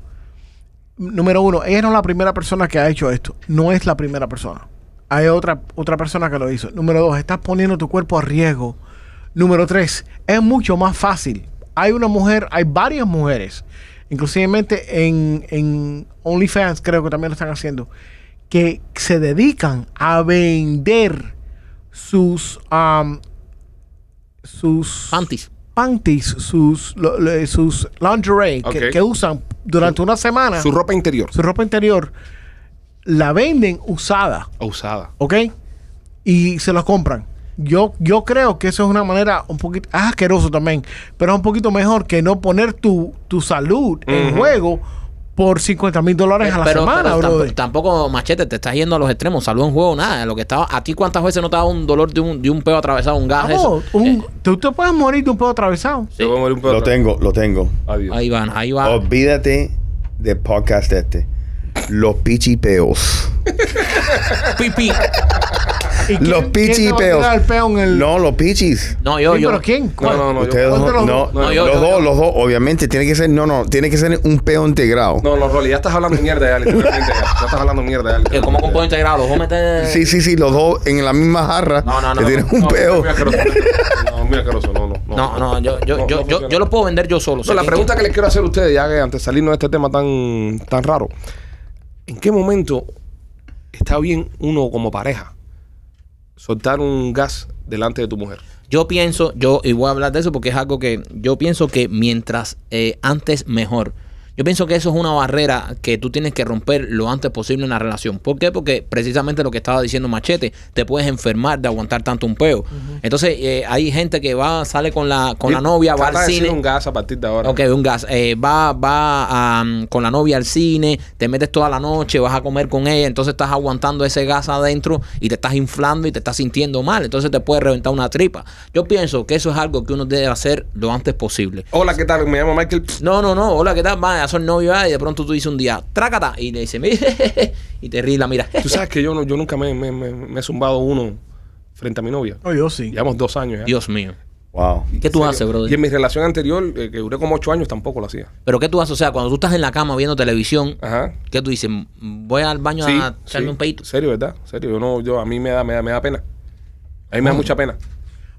Número uno, ella no es la primera persona que ha hecho esto. No es la primera persona. Hay otra, otra persona que lo hizo. Número dos, estás poniendo tu cuerpo a riesgo. Número tres, es mucho más fácil. Hay una mujer, hay varias mujeres, inclusivemente en, en OnlyFans creo que también lo están haciendo, que se dedican a vender sus... am, sus
Panties.
panties, sus, lo- lo- sus lingerie que-
Ok.
que, usan durante una semana,
Su ropa interior.
su ropa interior, la venden usada,
Usada.
¿ok? Y se los compran. Yo, yo creo que eso es una manera un poquito es asqueroso también, pero es un poquito mejor que no poner tu, tu salud en
Ujú.
juego por 50 mil dólares a la semana,
Eh, pero tampo-
brother.
tampoco, machete, te estás yendo a los extremos. Salud en juego, nada. Lo que estaba, ¿A ti cuántas veces no te ha dado un dolor de un, de un peo atravesado, un gas?
Vamos,
eso?
un-
Eh,
tú te puedes morir de un pedo atravesado.
Yo voy a morir un poco.
Lo tengo, lo tengo.
Adiós.
Eh, ahí van, ahí va.
Olvídate del podcast este. Los pichipeos.
Pipí.
¿Y quién-
Los
quién te va a
pichipeos.
tirar el peo en el-
No, los pichis.
No,
Sí,
yo, yo.
¿Pero quién?
No,
¿Cuál?
no, no. yo-
Ustedes
¿cuántos
dos,
los
no,
dos?
No,
yo-
los
yo-
dos,
yo-
los dos, obviamente tiene que ser, no, no, tiene que ser un peo integrado.
No, no, Rolly, ya estás hablando mierda de alguien. [LAUGHS] literalmente, Ya ya estás hablando mierda de
Eh,
alguien.
¿Cómo compongo integrado? ¿Los voy a meter?
Sí, sí, sí, los dos en la misma jarra.
No, no, no,
que tienen
no,
un peo.
Muy asqueroso. No, muy asqueroso. No, no.
No, no, yo, yo,
No, no
yo, yo,
funciona.
yo los puedo vender yo solo.
No, la pregunta que les quiero hacer a ustedes, ya que antes de salirnos de este tema tan, tan raro, ¿en qué momento está bien uno como pareja soltar un gas delante de tu mujer?
Yo pienso, yo, y voy a hablar de eso porque es algo que yo pienso que mientras eh, antes mejor. Yo pienso que eso es una barrera que tú tienes que romper lo antes posible en la relación. ¿Por qué? Porque precisamente lo que estaba diciendo Machete, te puedes enfermar de aguantar tanto un peo. Entonces, eh, hay gente que va, sale con la, con la novia, va
Trata
al
de decir
cine.
un gas a partir de ahora.
Ok, un gas. Eh, va va a, mm, con la novia al cine, te metes toda la noche, vas a comer con ella, entonces estás aguantando ese gas adentro y te estás inflando y te estás sintiendo mal. Entonces te puede reventar una tripa. Yo pienso que eso es algo que uno debe hacer lo antes posible.
Hola, ¿qué tal? Me llamo Michael.
No, no, no, hola, ¿qué tal? Va, ya son novio ah, y de pronto tú dices un día, trácata, y le dices, "Mire", [LAUGHS] y te ríes, la mira.
Tú sabes que yo, no, yo nunca me, me- me- me he zumbado uno frente a mi novia.
No, yo sí.
Llevamos dos años ya.
Dios mío.
Wow.
¿Qué tú haces, brother?
Y en mi relación anterior, eh, que duré como ocho años, tampoco lo hacía.
Pero ¿qué tú haces? O sea, cuando tú estás en la cama viendo televisión,
Ajá.
¿qué tú dices? Voy al baño
Sí,
a echarme
sí.
un peito.
Serio, ¿verdad? Serio, yo no, yo, a mí me da, me da, me da pena. A mí me da mucha pena.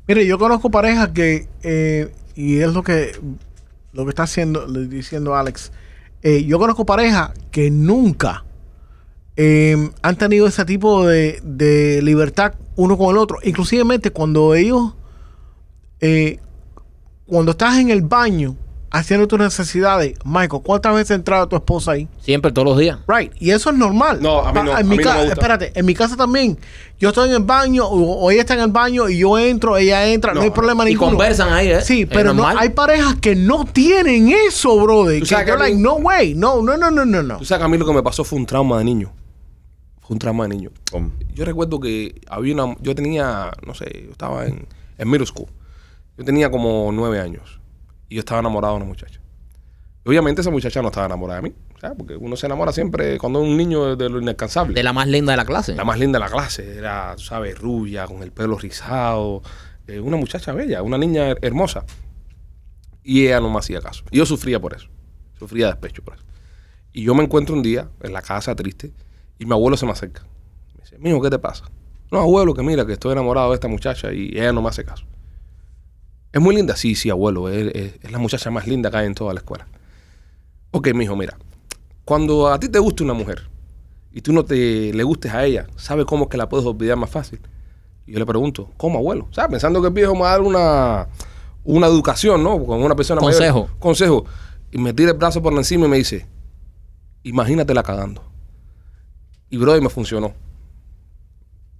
Mire, yo conozco parejas que, eh, y es lo que, lo que está haciendo, le- diciendo Alex, Eh, yo conozco parejas que nunca eh, han tenido ese tipo de, de libertad uno con el otro. Inclusivemente cuando ellos, eh, cuando estás en el baño haciendo tus necesidades, Michael, ¿cuántas veces ha entrado tu esposa ahí?
Siempre, todos los días.
Right, y eso es normal.
No, a mí
Pa-
no,
En
a
mi
mí no
ca-
me gusta.
Espérate, en mi casa también. Yo estoy en el baño, o, o ella está en el baño y yo entro, ella entra, no,
No,
hay problema
Y
ninguno.
conversan ahí, ¿eh?
Sí,
Es
pero no,
normal.
hay parejas que no tienen eso, brother.
Tú
Que
sabes
yo,
que a mí-
like, no way, no, no, no, no, no, no.
Tú sabes que a mí lo que me pasó fue un trauma de niño. Fue un trauma de niño.
¿Cómo?
Yo recuerdo que había una. Yo tenía, no sé, yo estaba en, en middle school. Yo tenía como nueve años. Y yo estaba enamorado de una muchacha. Obviamente esa muchacha no estaba enamorada de mí. ¿sabes? Porque uno se enamora siempre cuando es un niño de, de lo inalcanzable.
De la más linda de la clase.
La más linda de la clase. Era, tú ¿sabes? Rubia, con el pelo rizado. eh, una muchacha bella, una niña her- hermosa. Y ella no me hacía caso. Y yo sufría por eso. Sufría despecho por eso. Y yo me encuentro un día en la casa triste y mi abuelo se me acerca. Me dice, mijo, ¿qué te pasa? No, abuelo, que mira, que estoy enamorado de esta muchacha y ella no me hace caso. ¿Es muy linda? Sí, sí, abuelo. Es, es- es la muchacha más linda que hay en toda la escuela. Ok, mijo, mira. Cuando a ti te gusta una mujer y tú no te le gustes a ella, ¿sabes cómo es que la puedes olvidar más fácil? Y yo le pregunto, ¿cómo, abuelo? O sea, pensando que el viejo me va a dar una, una educación, ¿no? Con una persona mayor.
Consejo.
Consejo. Y me tira el brazo por encima y me dice, imagínatela cagando. Y brother, me funcionó.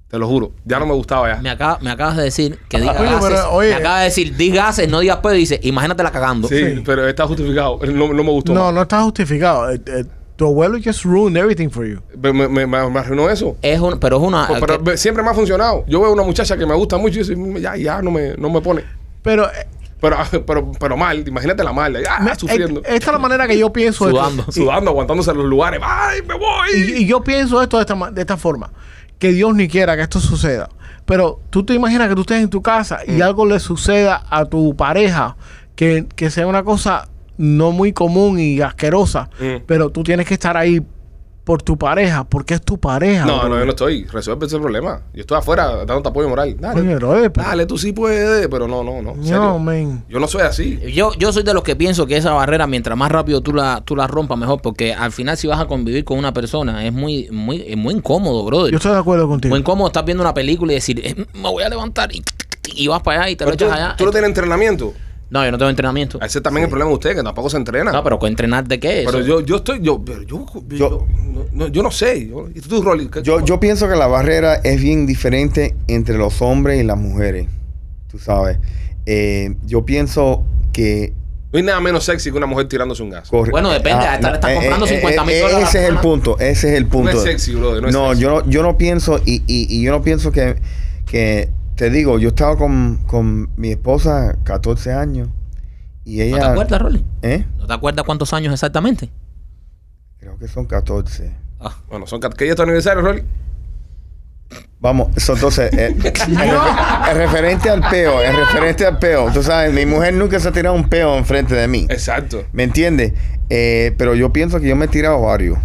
Te lo juro. Ya no me gustaba ya.
Me, acaba- me acabas de decir que diga
Oye,
gases.
pero, oye.
me acabas de decir, di gases, no digas pedo. Dice, imagínatela cagando.
Sí, pero está justificado. No, no me gustó.
No, no está justificado. Eh, eh, tu abuelo just ruined everything for you.
Me, me, me, me arruinó eso.
Es un- pero es una.
Pues, pero
que-
ve- siempre me ha funcionado. Yo veo una muchacha que me gusta mucho y dice, ya, ya, no me, no me pone.
Pero eh,
Pero, ah, [LAUGHS] pero, pero mal, imagínate la mal, ya,
me-
Ah, sufriendo.
eh, esta es la manera que yo pienso esto.
Sudando.
sudando, aguantándose en los lugares. ¡Ay, me voy!
Y, y yo pienso esto de esta, ma- de esta forma. Que Dios ni quiera que esto suceda. Pero tú te imaginas que tú estés en tu casa y
Mm.
algo le suceda a tu pareja que, que sea una cosa no muy común y asquerosa.
Mm.
Pero tú tienes que estar ahí por tu pareja, porque es tu pareja.
no,
bro.
no, yo no estoy. Resuelve ese problema. Yo estoy afuera dándote apoyo moral. Dale,
Coño, brother, pero-
dale tú sí puedes, pero no, no, no. en
No,
serio.
man.
Yo no soy así.
yo, yo soy de los que pienso que esa barrera, mientras más rápido tú la, tú la rompas, mejor. Porque al final, si vas a convivir con una persona, es muy, muy, es muy incómodo, brother.
Yo estoy de acuerdo contigo.
Muy incómodo estás viendo una película y decir, "Eh, me voy a levantar y, y vas para allá y te lo
Pero tú,
echas allá. Eh,
tú no tienes entrenamiento.
No, yo no tengo entrenamiento.
Ese es también el problema de ustedes, que tampoco se entrenan.
No, pero ¿con entrenar de qué?
Pero
Eso-
yo, yo estoy, yo, pero yo, yo,
Yo-
no, no, yo no sé. Yo, ¿Y tú, Rolly? ¿Qué-
Yo, yo pienso que la barrera es bien diferente entre los hombres y las mujeres. Tú sabes. Eh, yo pienso que.
No hay nada menos sexy que una mujer tirándose un gas.
corre-
Bueno, depende, hasta le estás
eh,
comprando
eh,
50,000
eh,
dólares a la
Ese es el
semana.
punto. Ese es el punto.
No es sexy, brother. No, es
No,
sexy.
yo no, yo no pienso, y, y- y yo no pienso que, que te digo, yo estaba con, con mi esposa 14 años y
¿No
ella.
te acuerdas, Rolly?
¿Eh?
¿No te acuerdas cuántos años exactamente?
Creo que son 14.
Ah.
Bueno, son cat- ¿qué día es tu aniversario, Rolly?
Vamos, so,
[LAUGHS]
entonces, eh, es refer- es referente al peo, es referente al peo. Tú sabes, mi mujer nunca se ha tirado un peo enfrente de mí.
Exacto.
¿Me entiendes? Eh, pero yo pienso que yo me he tirado varios.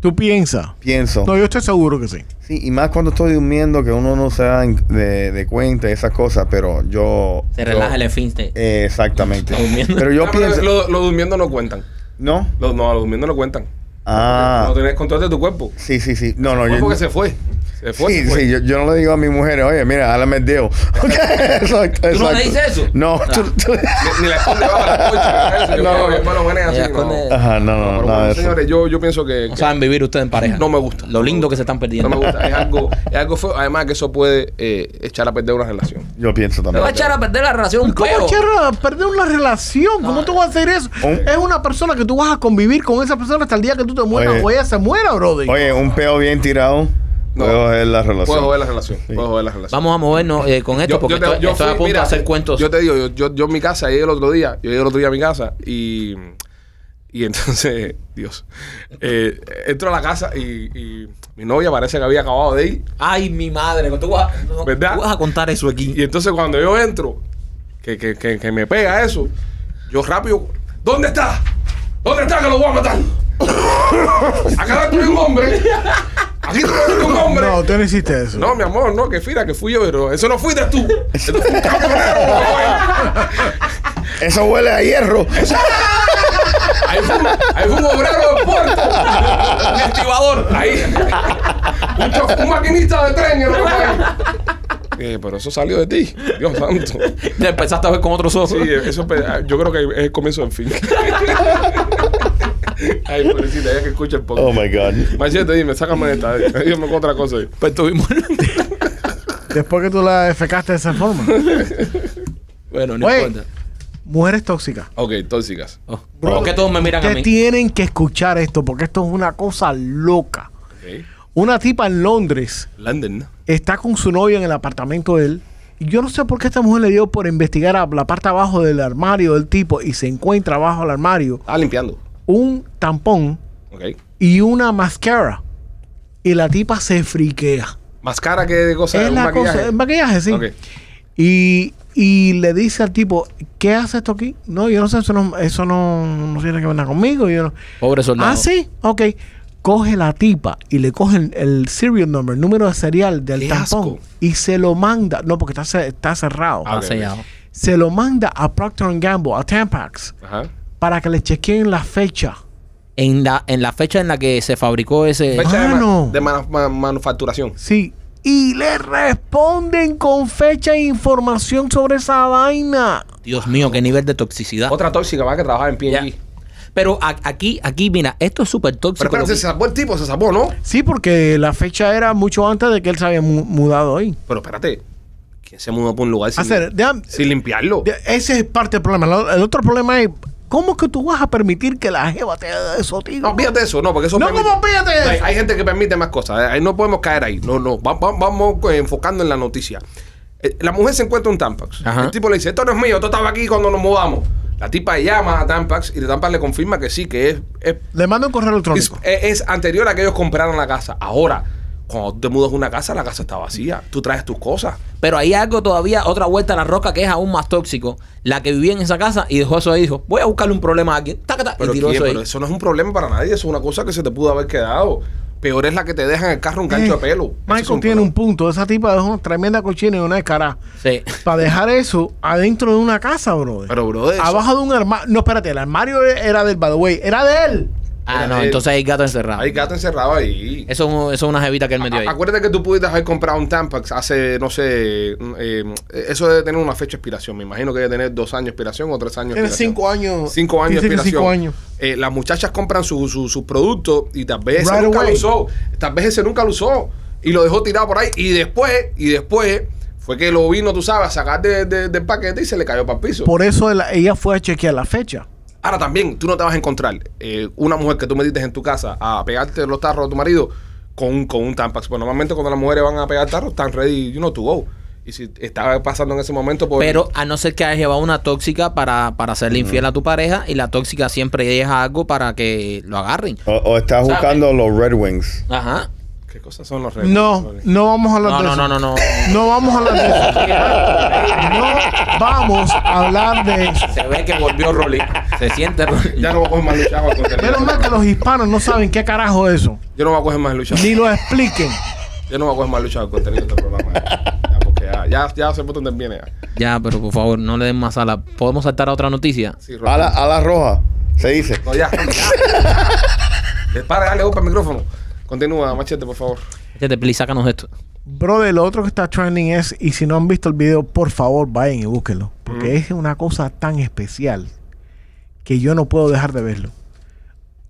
¿Tú piensas?
Pienso.
No, yo estoy seguro que sí.
Sí, y más cuando estoy durmiendo, que uno no se da en- de, de cuenta, esas cosas, pero yo.
Se
yo-
relaja el esfínter.
Eh, exactamente.
Está durmiendo.
Pero yo
Ah, pero
pienso.
Los lo durmiendo no cuentan.
¿No?
Los, no, los durmiendo no cuentan.
Ah.
No tenés control de tu cuerpo.
Sí, sí, sí. No, no,
Fue
yo.
porque se fue. Se fue.
sí,
se fue.
sí, yo, yo no le digo a mis mujeres, oye, mira, álame el [LAUGHS] dedo. exacto,
¿Tú no le
exacto.
dices eso? Ah.
No, tú- tú-
Ni, ni la esconde bajo la coche. ¿verdad? Yo, yo,
No, no.
yo, bueno, bueno, es así,
Ella
no.
esconde-
Ajá, no, no,
Pero
no,
bueno,
nada de eso.
señores, yo, yo pienso que,
No
que
saben vivir ustedes en pareja.
no me gusta.
Lo lindo que se están perdiendo.
no me gusta. Es algo, es algo feo. Además que eso puede eh, echar a perder una relación.
Yo pienso
Te va a
también.
echar a perder la relación un
¿Cómo
peo.
echar a perder una relación? ¿Cómo tú vas a hacer eso?
Un-
Es una persona que tú vas a convivir con esa persona hasta el día que tú te mueras
Oye.
o ella se muera, brother.
Oye, un peo bien tirado.
No.
Puedo ver la relación.
Puedo joder la relación. Puedo joder la relación.
Vamos a movernos eh, con esto porque estoy, estoy a
fui,
punto
mira,
de hacer cuentos.
Yo te digo, yo, yo, yo en mi casa, llegué el otro día, yo llegué el otro día a mi casa y. Y entonces, [LAUGHS] Dios. eh, entro a la casa y, y mi novia parece que había acabado de ir.
Ay, mi madre, tú vas, no,
¿Verdad?
tú vas a contar eso aquí.
Y
[LAUGHS]
entonces cuando yo entro, que, que, que, que me pega eso, yo rápido, ¿dónde está? ¿Dónde está que lo voy a matar? [LAUGHS] Acá hay un hombre. Aquí tengo un hombre.
No, tú no hiciste eso.
No, mi amor, no, que fira, que fui yo, pero eso no fuiste tú. Eso fue un camionero, güey.
Eso huele a hierro.
Ahí fue, un- ahí fue un obrero de puerto.
Un estibador.
Ahí. Un, chof- un maquinista de tren. el otro fue. Eh, pero eso salió de ti. Dios santo.
Te empezaste a ver con otros ojos.
Sí, eh. eso pe- yo creo que es el comienzo del fin. Ay, pobrecita, ya que escucha el
Oh
podcast.
my God.
Machete, dime, sácame de esta. Dime con otra cosa. ahí.
Pues tuvimos-
[LAUGHS]
Después que tú la defecaste de esa forma.
[LAUGHS] bueno, no
Oye.
importa.
Mujeres tóxicas.
Ok, tóxicas.
Oh, ¿Por qué todos me miran a
Ustedes
mí?
tienen que escuchar esto porque esto es una cosa loca.
Ok.
Una tipa en Londres
London, ¿no?
está con su novio en el apartamento de él. Y yo no sé por qué esta mujer le dio por investigar a la parte abajo del armario del tipo y se encuentra abajo del armario
Ah, limpiando.
un tampón
Ok.
y una mascara. Y la tipa se friquea.
Más cara que cosa
es
un
la
maquillaje.
cosa, el maquillaje, sí.
Ok.
Y, y le dice al tipo, ¿qué hace esto aquí? No, yo no sé, eso no, eso no, no tiene que ver nada conmigo. Yo no-
Pobre soldado.
Ah, sí, ok. Coge la tipa y le coge el, el serial number, el número de serial del
Qué
tampón
asco.
y se lo manda. No, porque está, ce- está cerrado.
Ah,
Ah,
ok.
sellado.
Se lo manda a Procter Gamble, a Tampax,
Ajá.
para que le chequeen la fecha.
En la, en la fecha en la que se fabricó ese.
Fecha de ma-
Mano.
de, manu- ma- manufacturación.
Sí. Y le responden con fecha e información sobre esa vaina.
Dios mío, qué nivel de toxicidad.
[LAUGHS] Otra tóxica va que trabajaba en
Ya.
P&G.
Pero a- aquí, aquí, mira, esto es súper tóxico.
Pero espérate, se
lo que-
zapó el tipo, se zapó, ¿no?
Sí, porque la fecha era mucho antes de que él se había mu- mudado ahí.
Pero espérate. ¿Quién se mudó por un lugar sin,
Hacer, déjame-
sin limpiarlo?
De- Ese es parte del problema. Lo- El otro problema es, ¿cómo que tú vas a permitir que la jeva te haga eso, tío?
No, fíjate eso, no, porque eso.
No,
permite-
¿cómo fíjate
No, hay,
eso?
hay gente que permite más cosas. eh, ahí no podemos caer ahí. No, no. va- va- vamos eh, enfocando en la noticia. Eh, la mujer se encuentra un Tampax.
Ajá.
El tipo le dice: Esto no es mío, esto estaba aquí cuando nos mudamos. La tipa llama a Tampax y Tampax le confirma que sí, que es, es,
Le mando un correo
es,
electrónico.
es- es anterior a que ellos compraron la casa. Ahora, cuando tú te mudas a una casa, la casa está vacía. Tú traes tus cosas.
Pero hay algo todavía, otra vuelta a la roca que es aún más tóxico. La que vivía en esa casa y dejó eso ahí dijo, voy a buscarle un problema a alguien. Taca, taca,
Pero,
y tiró
¿quién?
eso ahí.
Pero eso no es un problema para nadie, eso es una cosa que se te pudo haber quedado. Peor es la que te deja en el carro un gancho de pelo. Eso es
Eh, Michael
un
tiene
problema.
un punto. Esa tipa es una tremenda cochina y una descarada.
Sí.
Para dejar eso adentro de una casa, brother.
Pero, brother, eso-
Abajo de un armario. No, espérate, el armario era del by the way, Era de él.
Ah,
Era
no,
él.
entonces hay gato encerrado.
eh, Hay gato encerrado ahí.
Eso, es un- eso es una jevita que él metió ahí.
A- Acuérdate que tú pudiste haber comprado un Tampax hace, no sé, mm, eh, eso debe tener una fecha de expiración. Me imagino que debe tener dos años de expiración o tres años. de
Tiene
expiración.
cinco años.
Cinco años de
Dice que
expiración.
cinco años.
Eh, las muchachas compran sus su, sus productos y tal vez ese
Right
nunca
away.
lo usó. Tal vez ese nunca lo usó y lo dejó tirado por ahí. Y después, y después fue que lo vino, tú sabes, a sacar de- de- del paquete y se le cayó para el piso.
Por eso él- ella fue a chequear la fecha.
Ahora también, tú no te vas a encontrar eh, una mujer que tú metiste en tu casa a pegarte los tarros a tu marido con un, con un Tampax. Pues normalmente cuando las mujeres van a pegar tarros están ready, you know, to go. Y si estaba pasando en ese momento, pues, por
Pero a no ser que hayas llevado una tóxica para, para hacerle infiel a tu pareja y la tóxica siempre deja algo para que lo agarren.
O, o estás
¿Sabe?
buscando los Red Wings.
Ajá.
¿Qué cosas son los redes?
No, no vamos a hablar
No,
de
no,
eso.
no, no, no.
No vamos a hablar de eso. No vamos a hablar de eso.
Se ve que volvió Rolly. Se siente Rolly.
Ya no voy a coger más lucha. voy a coger-
Menos mal que los hispanos no saben qué carajo es eso.
Yo no voy a coger más lucha.
Ni lo expliquen.
Yo no voy a coger más lucha al contenido de este programa. Ya, Ya, porque ya, ya, ya sé por dónde viene. ya.
Ya, pero por favor, no le den más ala. ¿Podemos saltar a otra noticia?
Sí, Rolly.
A la, a la roja, se dice.
No, ya. ya. Le- Para, dale upa al micrófono. Continúa, machete, por favor.
Échate, Este, please, sácanos esto.
Brother, lo otro que está trending es, y si no han visto el video, por favor vayan y búsquenlo. Porque es una cosa tan especial que yo no puedo dejar de verlo.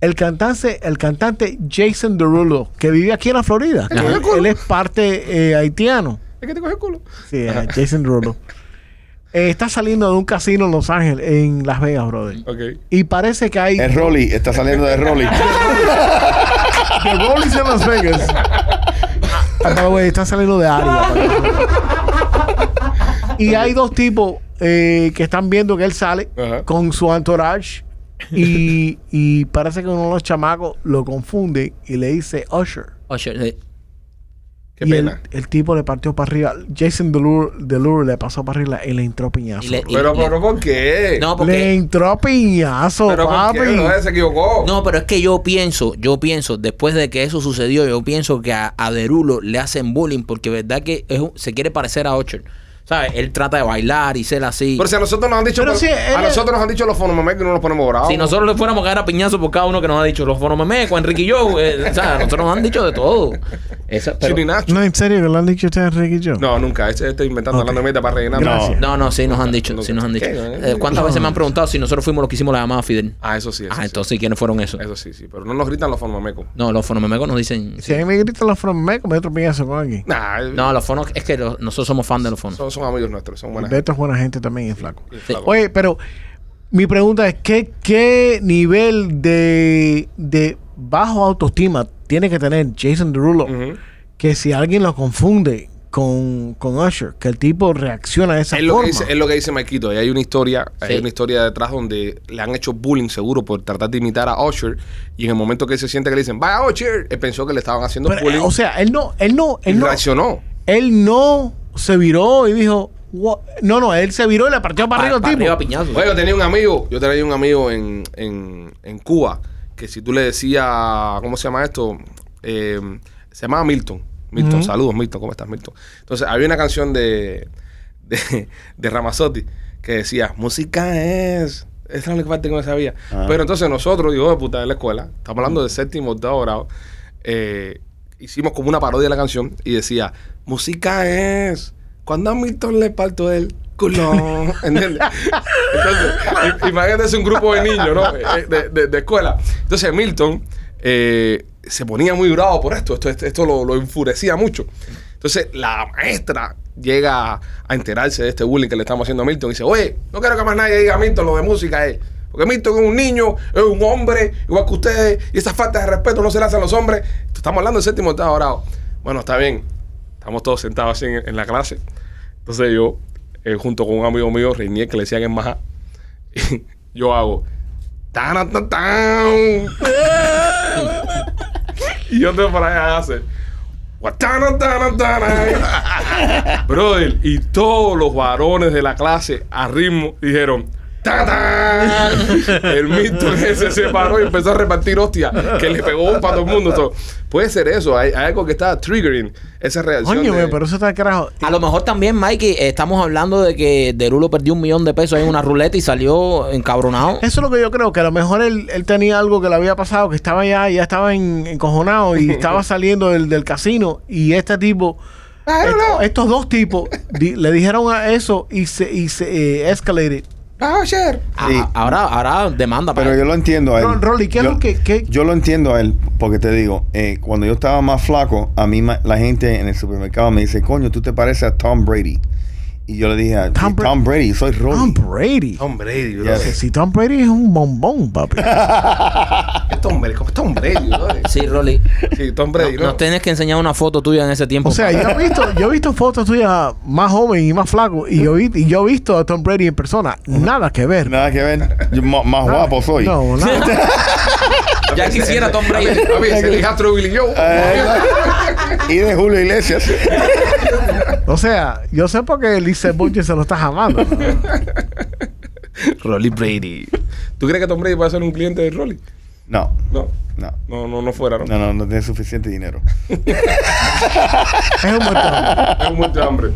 El cantante, el cantante Jason Derulo, que vive aquí en la Florida. que él, él es parte eh, haitiano.
Es que te coge el culo.
Sí, eh, Jason Derulo. Eh, está saliendo de un casino en Los Ángeles, en Las Vegas, brother.
Ok.
Y parece que hay...
Es Rolly, está saliendo de Rolly.
The Rollies en Las Vegas. Ah, no, güey, está saliendo de área.
Ah.
y hay dos tipos eh, que están viendo que él sale
Ajá.
con su entourage. Y, y parece que uno de los chamacos lo confunde y le dice Usher.
Oye, eh,
Qué
y el-
pena.
El, tipo le partió para arriba. Jason Delure, Delure le pasó para arriba y le entró piñazo.
Y le-
Pero, pero, ¿por qué?
no,
le
porque.
entró piñazo,
pero, ¿por
papi.
qué? No, se equivocó.
No, pero es que yo pienso, yo pienso, después de que eso sucedió, yo pienso que a, a Derulo le hacen bullying porque verdad que es un- se quiere parecer a Ocher. ¿Sabes? Él trata de bailar y ser así.
Pero si a nosotros nos han dicho.
Pero sí, él
a
es-
nosotros nos han dicho los fonomamés que no nos ponemos bravos.
Si nosotros le fuéramos a caer a piñazo por cada uno que nos ha dicho los fonomemecos, Enrique y yo, eh, o sea, nosotros nos han dicho de todo. Esa- pero-
Chino y Nacho.
No, en serio, que lo han dicho ustedes, Ricky y yo.
No, nunca. Este está inventando
Ok.
hablando mierda para rellenar.
Gracias.
no, no, sí nos han dicho, sí nos han dicho.
¿Qué?
Eh, ¿Cuántas veces me han preguntado si nosotros fuimos los que hicimos la llamada a Fidel?
Ah, eso sí. Eso,
Ah,
sí.
entonces, ¿y ¿quiénes fueron esos?
eso sí, sí. Pero no nos gritan los fonomamecos.
No, los fonomemecos nos dicen...
Si a mí me gritan los from Meco, me otro piñazo con aquí.
Nah, eh,
No, los fonos, es que los- nosotros somos fan de los fonos.
son, son amigos nuestros. Son buenas.
Beto es buena gente también, es flaco.
gente, flaco.
Oye, pero mi pregunta es, ¿qué, qué nivel de, de bajo autoestima tiene que tener Jason Derulo?
Ujú.
Que si alguien lo confunde con, con Usher, que el tipo reacciona de esa
Es
forma.
lo, que dice, es lo que dice Maikito. Y hay una historia, hay
Sí.
una historia detrás donde le han hecho bullying seguro por tratar de imitar a Usher. Y en el momento que él se siente que le dicen, vaya Usher, él pensó que le estaban haciendo
Pero, eh,
bullying.
o sea, él no, él no,
y
él no,
reaccionó.
él no se viró y dijo, "Wha-". no, no, él se viró y le partió para arriba al
Pa- pa'
tipo.
arriba piñazo.
Bueno, yo tenía un amigo, yo tenía un amigo en, en, en Cuba, que si tú le decías, ¿cómo se llama esto? Eh, se llamaba Milton. Milton, saludos Milton, ¿cómo estás Milton? Entonces, había una canción de, de, de Ramazzotti que decía, música es... Esa es la única parte que no sabía.
Ah.
Pero entonces nosotros, yo de puta de la escuela, estamos hablando de séptimo, octavo grado, eh, hicimos como una parodia de la canción y decía, música es cuando a Milton le parto el culo. [LAUGHS] ¿Entiendes? Entonces, i- imagínate es un grupo de niños, ¿no? Eh, De, de- de escuela. Entonces, Milton eh, se ponía muy bravo por esto. Esto, esto, esto lo, lo enfurecía mucho. Entonces, la maestra llega a enterarse de este bullying que le estamos haciendo a Milton y dice, oye, no quiero que más nadie diga a Milton lo de música es. Porque Milton es un niño, es un hombre, igual que ustedes, y esas faltas de respeto no se le hacen a los hombres. Estamos hablando del séptimo octavo grado. Bueno, está bien. Estamos todos sentados así en, en la clase. Entonces yo, eh, junto con un amigo mío, reñé que le decían en maja, [LAUGHS] yo hago. "Tana, tan, tan". [LAUGHS] y yo te para allá hacer. "Guatana, tana, [LAUGHS] tana". Brother, y todos los varones de la clase a ritmo dijeron: ¡Tatán! [LAUGHS] El Milton [LAUGHS] ese se paró y empezó a repartir hostia que le pegó un para todo el mundo. So, puede ser eso. Hay, hay algo que está triggering esa reacción.
Coño,
de-
güey, pero eso está de carajo.
A lo mejor también, Mikey, eh, estamos hablando de que Derulo perdió un millón de pesos en una ruleta y salió encabronado.
Eso es lo que yo creo, que a lo mejor él, él tenía algo que le había pasado, que estaba ya, ya estaba en- encojonado
[LAUGHS]
y estaba saliendo del, del casino y este tipo,
I don't
est-
know.
estos dos tipos di- le dijeron a eso y se, y se eh, escalated.
Ah, share.
Ah,
Sí.
ahora, ahora demanda para
Pero yo lo entiendo a él.
Ro- Rolly, ¿qué es
yo,
lo que- qué-
yo lo entiendo a él, porque te digo, eh, cuando yo estaba más flaco, a mí ma- la gente en el supermercado me dice, coño, tú te pareces a Tom Brady. Y yo le dije, "Sí,
Tom
Tom,
Bra-
Brady, soy Rolly.
Tom Brady.
Tom Brady, bro.
Yes.
Si Tom Brady es un bombón, papi.
Es Tom Brady. ¿Cómo es Tom
[LAUGHS]
Brady, bro?
Sí, Rolly.
Sí, Tom
No-
Brady, ¿no?
Nos tienes que enseñar una foto tuya en ese tiempo.
O sea, yo he visto, yo he visto fotos tuyas más joven y más flaco y yo, vi- y yo he visto a Tom Brady en persona. Nada que ver.
Nada que ver. Yo ma- más guapo soy.
No,
[LAUGHS]
nada.
ya quisiera Tom Brady.
[LAUGHS]
Ah,
A
[LAUGHS]
mí, ese hijastro de Billy Joe. [LAUGHS]
Eh, y de
[LAUGHS]
Julio Iglesias.
O sea, yo sé por qué Lisa Bunche se lo está jamando.
Rolly Brady. ¿Tú crees que Tom Brady puede ser un cliente de Rolly?
No,
No.
no,
No, no, no fuera, ¿no?
no, no, no tiene suficiente dinero.
Es un montón.
Tengo mucho hambre.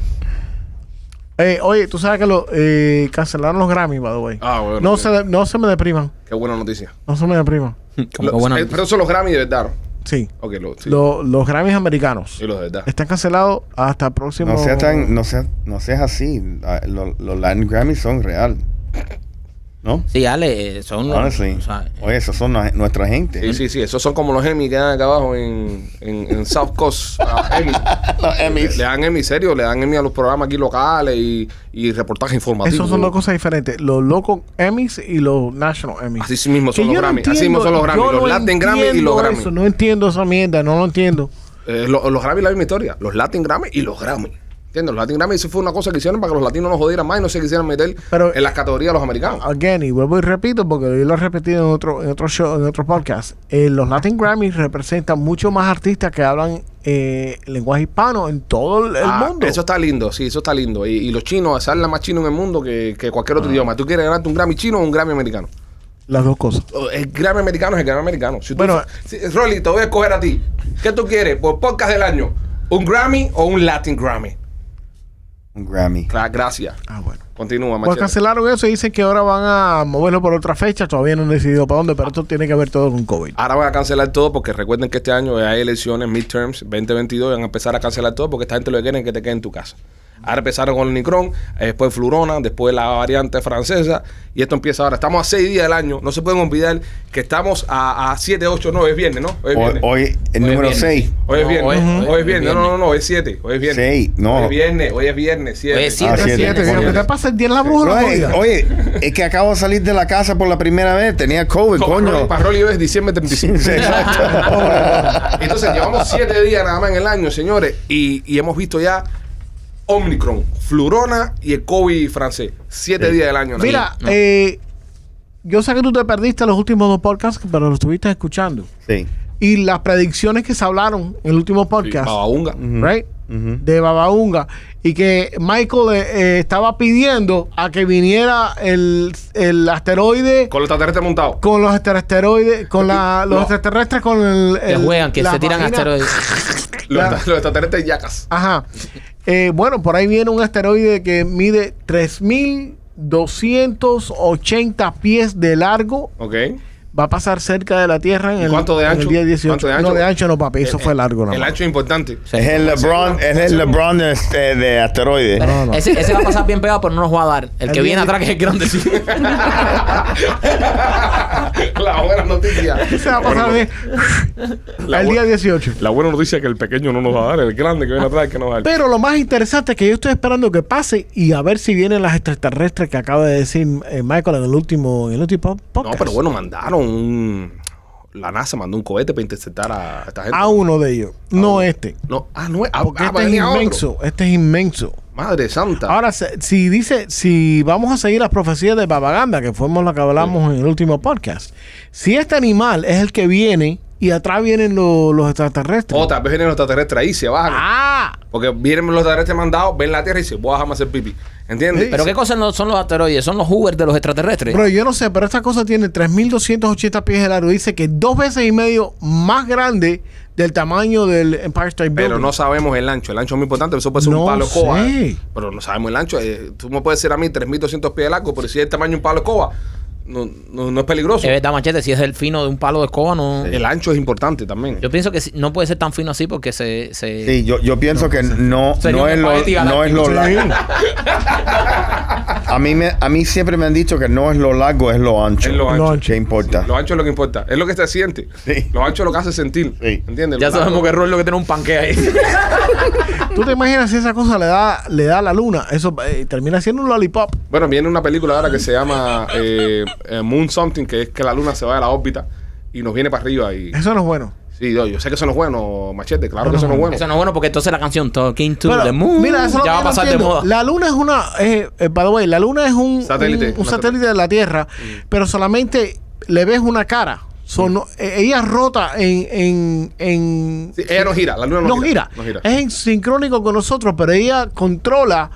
Eh, oye, tú sabes que lo, eh, cancelaron los Grammy, by the way.
Ah, bueno.
no, se, no se me depriman.
Qué buena noticia.
No se me depriman.
Como que
Lo-
buena
eh,
noticia.
pero son los Grammy de verdad.
Sí.
Ok, los. Sí,
Lo- los Grammys americanos
sí, los de
[LAUGHS]
verdad.
están cancelados hasta el próximo.
No seas tan, no seas, no seas así. Ah, Los, los Latin Grammys son real. ¿No?
Sí, Ale, eh, son...
Honestly.
o sea, eh.
Oye, esos son nos- nuestra gente.
Sí, sí, sí. Esos son como los Emmy que dan acá abajo en, en, en South Coast. ah,
[LAUGHS]
Emmy.
Los Emmys.
Le, le dan Emmy serio, le dan Emmy a los programas aquí locales y, y reportajes informativos.
Esos son dos cosas diferentes. Los local Emmys y los national Emmys.
Así mismo son
Que
los
yo no
Grammy. Así
entiendo,
mismo son los Grammy.
yo
Los
no
Latin Grammy y los
entiendo
Grammy.
eso, no entiendo esa mierda, no lo entiendo.
Eh, lo- los Grammy la misma historia. Los Latin Grammy y los Grammy. ¿Entiendes? Los Latin Grammy eso fue una cosa que hicieron para que los latinos no jodieran más y no se quisieran meter
Pero- Ah,
en las categorías de los americanos.
Again, y vuelvo y repito, porque yo lo he repetido en otro, en otro show, en otro podcast. eh, los Latin Grammys representan mucho más artistas que hablan eh, lenguaje hispano en todo el, el
Ah,
mundo.
Eso está lindo, sí, eso está lindo. Y, y los chinos salen más chinos en el mundo que, que cualquier
Ah.
otro idioma. ¿Tú quieres ganarte un Grammy chino o un Grammy americano?
Las dos cosas.
O- El Grammy americano es el Grammy americano. Si tú-
Bueno.
si- Rolly, te voy a escoger a ti. ¿Qué tú quieres por podcast del año? ¿Un Grammy o un Latin Grammy?
Un Grammy.
Cla- Gracias.
Ah, bueno.
Continúa,
Pues
machete.
cancelaron eso y dicen que ahora van a moverlo por otra fecha. Todavía no han decidido para dónde, pero esto tiene que ver todo con COVID.
Ahora van a cancelar todo porque recuerden que este año hay elecciones, midterms 2022, y van a empezar a cancelar todo porque esta gente lo que quieren es que te quede en tu casa. Ahora empezaron con el Nicron, después Flurona, después la variante francesa y esto empieza ahora. Estamos a seis días del año, no se pueden olvidar que estamos a, a siete, ocho, no, es viernes, ¿no? Hoy es
Hoy,
viernes.
hoy el número
viernes.
6.
Hoy es
No,
viernes,
hoy-
hoy,
hoy
es viernes, no, no, no, no, hoy es siete, hoy es viernes.
Seis, no.
Hoy es viernes, hoy es viernes, siete.
Hoy es siete.
Ah, siete,
Siete,
coño.
¿qué te pasa el día en la brújula?
Oye,
coño?
oye, es que acabo de salir de la casa por la primera vez. Tenía COVID,
Como Rolly-
coño.
Para Rolly hoy es diciembre 35.
Sí, exacto.
[LAUGHS] Entonces llevamos siete días nada más en el año, señores, y, y hemos visto ya Omicron, Flurona y el COVID francés. Siete días del año. nada
Mira,
más.
eh, yo sé que tú te perdiste los últimos dos podcasts, pero los estuviste escuchando.
sí.
Y las predicciones que se hablaron en el último
Sí,
podcast,
Babaunga.
right?
Ujú.
De Babaunga. Y que Michael eh, eh, estaba pidiendo a que viniera el, el asteroide
Con los extraterrestres montados.
con los asteroides, con la, los
No.
extraterrestres, con el.
que
el-
juegan, que
la
se tiran
vagina.
asteroides.
Los,
Ya.
los extraterrestres yacas.
Ajá. Eh, bueno, por ahí viene un asteroide que mide 3.280 pies de largo.
Ok.
Va a pasar cerca de la Tierra en el,
¿Cuánto de
en el
ancho?
día 18.
¿Cuánto de ancho?
No, de ancho no, papi. Eso
El-
fue largo. nada
El
más.
ancho es importante.
Sí.
Es el LeBron, es el LeBron de, este- de asteroides.
Pero
No, no.
Ese, ese va a pasar bien pegado, pero no nos va a dar. El que
El
viene
día-
atrás, que es el grande. sí.
[LAUGHS] la buena noticia.
Se va a pasar de-
La
al
bu-
día 18.
La buena noticia es que el pequeño no nos va a dar, el grande que viene atrás es que nos va a dar.
Pero lo más interesante es que yo estoy esperando que pase y a ver si vienen las extraterrestres que acaba de decir eh, Michael en el último, en el último
No,
podcast.
pero bueno, mandaron un. La NASA mandó un cohete para interceptar a esta gente.
A uno de ellos, no este.
No, ah, no es. Ah,
Porque
ah,
este es
venía otro.
inmenso. Este es inmenso.
Madre santa.
Ahora, se- si dice, si vamos a seguir las profecías de propaganda, que fuimos la que hablamos en el último podcast, si este animal es el que viene y atrás vienen lo- los extraterrestres.
O tal vez vienen los extraterrestres ahí, se bajan.
Ah,
Porque vienen los extraterrestres mandados, ven la Tierra y dicen, voy a dejarme hacer pipí. ¿Entiendes?
¿Pero qué cosas no son los asteroides? ¿Son los Uber de los extraterrestres?
bro, yo no sé, pero esta cosa tiene 3.280 pies de largo. Dice que dos veces y medio más grande del tamaño del Empire State Building.
Pero no sabemos el ancho. El ancho es muy importante. Eso puede ser
No
un palo
sé.
escoba. ¿eh? Pero no sabemos el ancho. Eh, tú me puedes decir a mí 3.200 pies de largo, pero si es el tamaño de un palo escoba, no, no, no es peligroso.
Es verdad, machete, si es el fino de un palo de escoba, no.
El ancho es importante también.
Yo pienso que si- no puede ser tan fino así porque se. se-
Sí, yo, yo pienso que
pues,
no,
Sería
no,
un
es lo,
espagueti
no es lo
Sí.
largo. A mí, me, a mí siempre me han dicho que no es lo largo, es lo ancho.
Es lo ancho.
Lo ancho.
¿Qué importa?
Lo ancho es lo que importa. Es lo que se siente.
Sí.
Lo ancho es lo que hace sentir.
Sí.
¿Entiendes?
Ya
Lo largo-
sabemos que Rollo que tiene un panque
[LAUGHS]
ahí.
¿Tú te imaginas si esa cosa le da, le da a la luna? Eso eh, termina siendo un lollipop.
Bueno, viene una película ahora que se llama eh, eh, Moon Something, que es que la luna se va de la órbita y nos viene para arriba. Y,
Eso no es bueno.
sí, yo, yo sé que eso no es bueno, machete. Claro que eso no es bueno.
Eso no es bueno porque entonces la canción Talking to
Pero,
the Moon
mira, eso es
ya
lo que
va a
yo no
pasar de
entiendo.
moda.
La luna es una. eh, eh, by the way, la luna es un
Satélite.
un, un satélite de la Tierra, pero solamente le ves una cara. So, no- eh, ella rota en. en, en-
Sí, ella no gira, la luna no,
no gira. ¿Eh?
No gira.
Es en sincrónico con nosotros, pero ella controla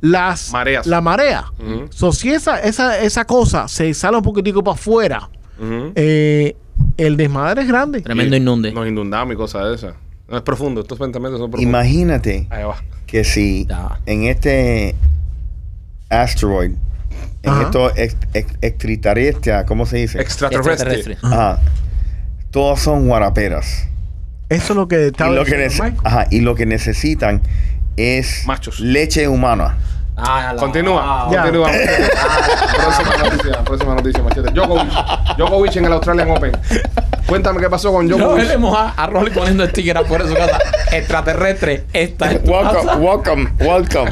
las
Mareas.
la marea.
Ujú.
So, si esa, esa, esa cosa se sale un poquitico para afuera,
Ujú.
eh, el desmadre es grande.
Tremendo
Y
inunde.
Nos inundamos y cosas de esas. No es profundo, estos pensamientos son profundos.
Imagínate
Ahí va.
que si
Ya.
en este asteroid, en
Ajá.
esto ex- ex- extraterrestre, ¿cómo se dice?
Extraterrestre.
Extraterrestre.
Ajá. Todos son guaraperas.
Eso es lo que está
Y [LAUGHS] lo, que
diciendo
nece-
Mike.
ajá, y lo que necesitan es
Machos. [LAUGHS]
leche humana.
Ah, la-
Continúa,
ah,
Ya.
continúa. próxima noticia, próxima noticia, machete. Djokovic. Djokovic en el Australian Open. Cuéntame qué pasó con
No,
Djokovic.
veremos a, a Rolly poniendo sticker afuera de su casa. Extraterrestre, esta es tu casa.
Welcome, welcome, welcome.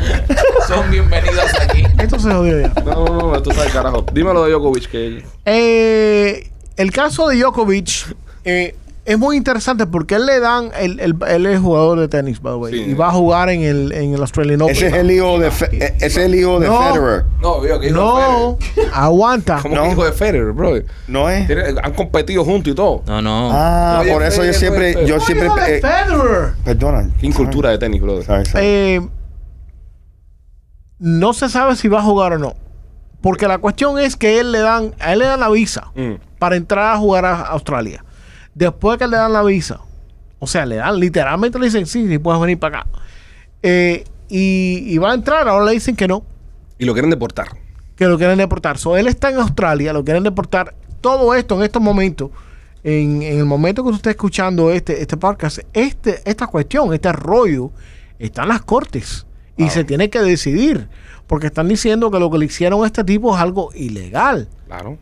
Son bienvenidos aquí.
Esto se jodió
[LAUGHS]
ya.
No, no, no, no, tú sabes, carajo. Dímelo de Djokovic que
Eh, el caso de Djokovic eh, es muy interesante porque él le dan. Él, él- él es jugador de tenis, by the way.
Sí.
y va a jugar en el, en el Australian Open.
Ese es el hijo de, Fe- eh, ese es el hijo de
No.
Federer.
No, veo que
No, aguanta.
Como
No.
que hijo de Federer, bro.
¿No es?
Tiene- han competido juntos y todo.
No, no.
Ah,
Oye,
por eso yo
Federer,
siempre,
Federer.
yo siempre,
Hijo de
eh,
Federer.
perdona.
Qué incultura de tenis, brother.
Sorry, sorry.
Eh, no se sabe si va a jugar o no. Porque la cuestión es que él le dan, a él le dan la visa
Mm.
para entrar a jugar a Australia. Después que le dan la visa, o sea, le dan literalmente le dicen sí, sí puedes venir para acá. Eh, y, y va a entrar, ahora le dicen que no,
Y lo quieren deportar.
que lo quieren deportar. So, él está en Australia, lo quieren deportar. Todo esto en estos momentos, en, en el momento que usted está escuchando este, este podcast, este, esta cuestión, este rollo, está en las cortes
Ah.
y se tiene que decidir. Porque están diciendo que lo que le hicieron a este tipo es algo ilegal.
Claro.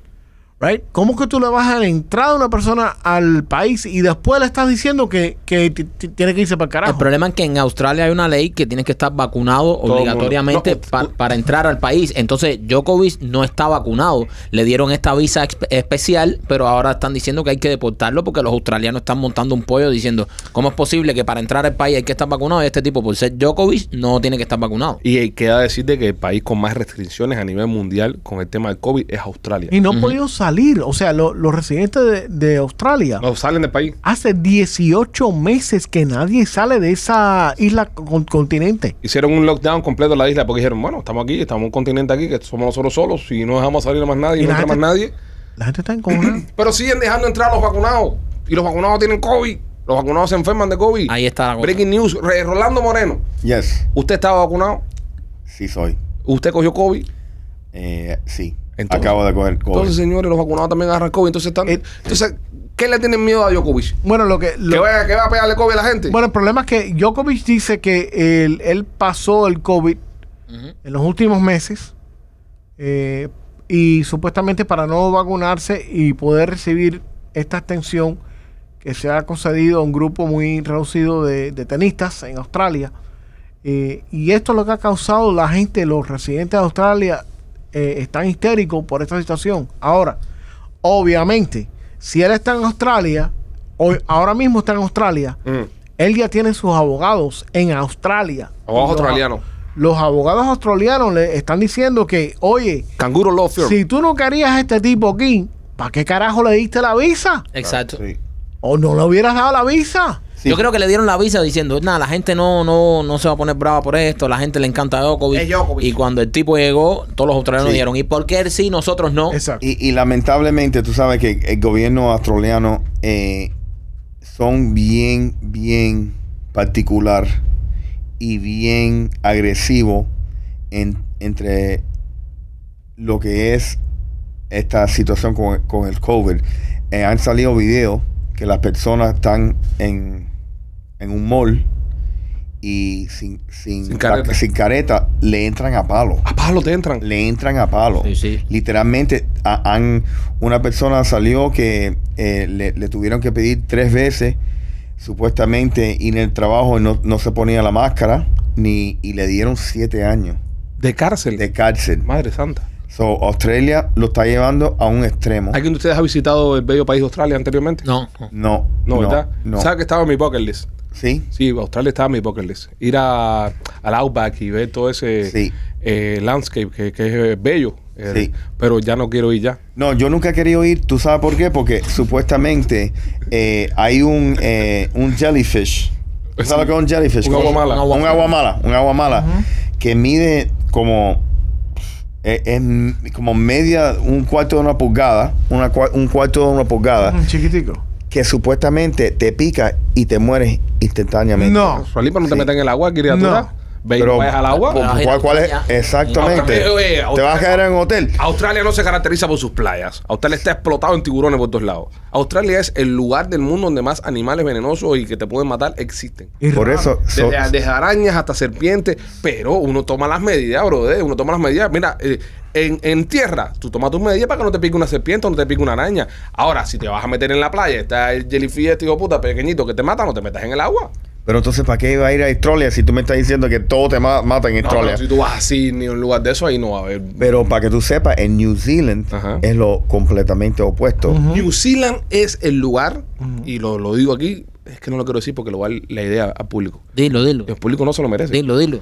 Right? ¿Cómo que tú le vas a la entrada a una persona al país y después le estás diciendo que, que t- t- tiene que irse para el
El
carajo?
problema es que en Australia hay una ley que tienes que estar vacunado
el mundo.
obligatoriamente
No, u-
pa- para entrar al país. Entonces, Djokovic no está vacunado. Le dieron esta visa exp- especial, pero ahora están diciendo que hay que deportarlo porque los australianos están montando un pollo diciendo, ¿cómo es posible que para entrar al país hay que estar vacunado? Y este tipo, por ser Djokovic, no tiene que estar vacunado.
Y eh, queda decirte que el país con más restricciones a nivel mundial con el tema del COVID es Australia.
Y no han podido salir. O sea, lo- los residentes de, de Australia.
No salen del país.
Hace 18 meses que nadie sale de esa isla con- continente.
Hicieron un lockdown completo en la isla porque dijeron, bueno, estamos aquí, estamos en un continente aquí, que somos nosotros solos, si no dejamos salir a más nadie,
Y
no
la
entra más
gente-
nadie.
La gente
[CLEARS THROAT]
está encojonada.
Pero siguen dejando entrar a los vacunados. Y los vacunados tienen COVID. Los vacunados se enferman de COVID.
Ahí está la cosa.
Breaking news. Re- Rolando Moreno,
yes,
usted estaba vacunado,
sí soy.
usted cogió COVID.
Eh, sí,
Entonces-
acabo de coger COVID.
Entonces, señores, los vacunados también agarran COVID. Entonces, están,
Eh,
entonces ¿qué le tienen miedo a Djokovic?
bueno, lo que.
¿Que,
lo-
vaya- que va a pegarle COVID a la gente?
bueno, el problema es que Djokovic dice que él, él pasó el COVID
Ujú.
en los últimos meses eh, y supuestamente para no vacunarse y poder recibir esta extensión que se ha concedido a un grupo muy reducido de, de tenistas en Australia. Eh, y esto es lo que ha causado la gente, los residentes de Australia eh, están histéricos por esta situación. Ahora, obviamente, si él está en Australia, hoy, ahora mismo está en Australia,
Mm.
él ya tiene sus abogados en Australia.
Abogados
Los-
australianos.
Los abogados australianos le están diciendo que, oye,
Canguro Law Firm.
si tú no querías a este tipo aquí, ¿para qué carajo le diste la visa?
Exacto.
Sí.
¿O no le hubieras dado la visa?
Sí.
Yo creo que le dieron la visa diciendo, nada, la gente no, no, no se va a poner brava por esto, la gente le encanta a Djokovic.
Es Djokovic.
Y cuando el tipo llegó, todos los australianos
Sí.
dijeron, ¿y por qué él sí, nosotros no?
Exacto.
Y, y lamentablemente, tú sabes que el gobierno australiano eh, son bien, bien particular y bien agresivo en- entre lo que es esta situación con, con el COVID. Eh, han salido videos que las personas están en, en un mall y sin, sin,
Sin careta.
sin careta le entran a palo
A palo te entran.
le entran a palo.
Sí, sí.
Literalmente, a- han, una persona salió que eh, le, le tuvieron que pedir tres veces, supuestamente, y en el trabajo no, no se ponía la máscara, ni, y le dieron siete años
De cárcel.
de cárcel.
Madre santa.
So, Australia lo está llevando a un extremo.
¿Alguien de ustedes ha visitado el bello país de Australia anteriormente?
No. no.
No,
No, ¿verdad?
No.
¿Sabes que estaba en mi bucket list?
Sí,
Sí, Australia estaba en mi bucket list. Ir a, al Outback y ver todo ese
Sí.
eh, landscape que, que es eh, bello. eh,
Sí.
Pero ya no quiero ir ya.
No, yo nunca he querido ir. ¿Tú sabes por qué? Porque supuestamente eh, hay un, eh, un jellyfish. ¿Tú sabes lo que es un jellyfish?
Un aguamala.
Un aguamala. Un aguamala. Que mide como... eh, es m- como media, un cuarto de una pulgada. Una, cua- un cuarto de una pulgada.
Mm, Chiquitico.
Que supuestamente te pica y te mueres instantáneamente.
No.
Felipe, no te
Sí.
metas en el agua, criatura.
No.
Ve y
Pero-
no vayas al
¿Cu-
agua.
¿Cuál, cuál es? Exactamente.
Oye, oye,
Te vas a caer en un hotel.
Australia no se caracteriza por sus playas. Australia está explotado en tiburones por todos lados. Australia es el lugar del mundo donde más animales venenosos y que te pueden matar existen.
Y
Por
raro.
eso... so-
Desde, desde arañas hasta serpientes, pero uno toma las medidas, bro. eh, Uno toma las medidas. Mira, eh, en, en tierra, tú tomas tus medidas para que no te pique una serpiente o no te pique una araña. Ahora, si te vas a meter en la playa, está el jellyfish, este hijo de puta pequeñito que te mata, no te metas en el agua.
Pero entonces, ¿para qué iba a ir a Australia si tú me estás diciendo que todo te ma- mata en
No,
Australia?
pero si tú vas así, ni un lugar de eso, ahí no va a haber.
Pero para que tú sepas, en New Zealand
Ajá.
es lo completamente opuesto.
New Zealand es el lugar, y lo, lo digo aquí, es que no lo quiero decir porque lo va la idea al público.
Dilo, dilo.
El público no se lo merece.
Dilo, dilo.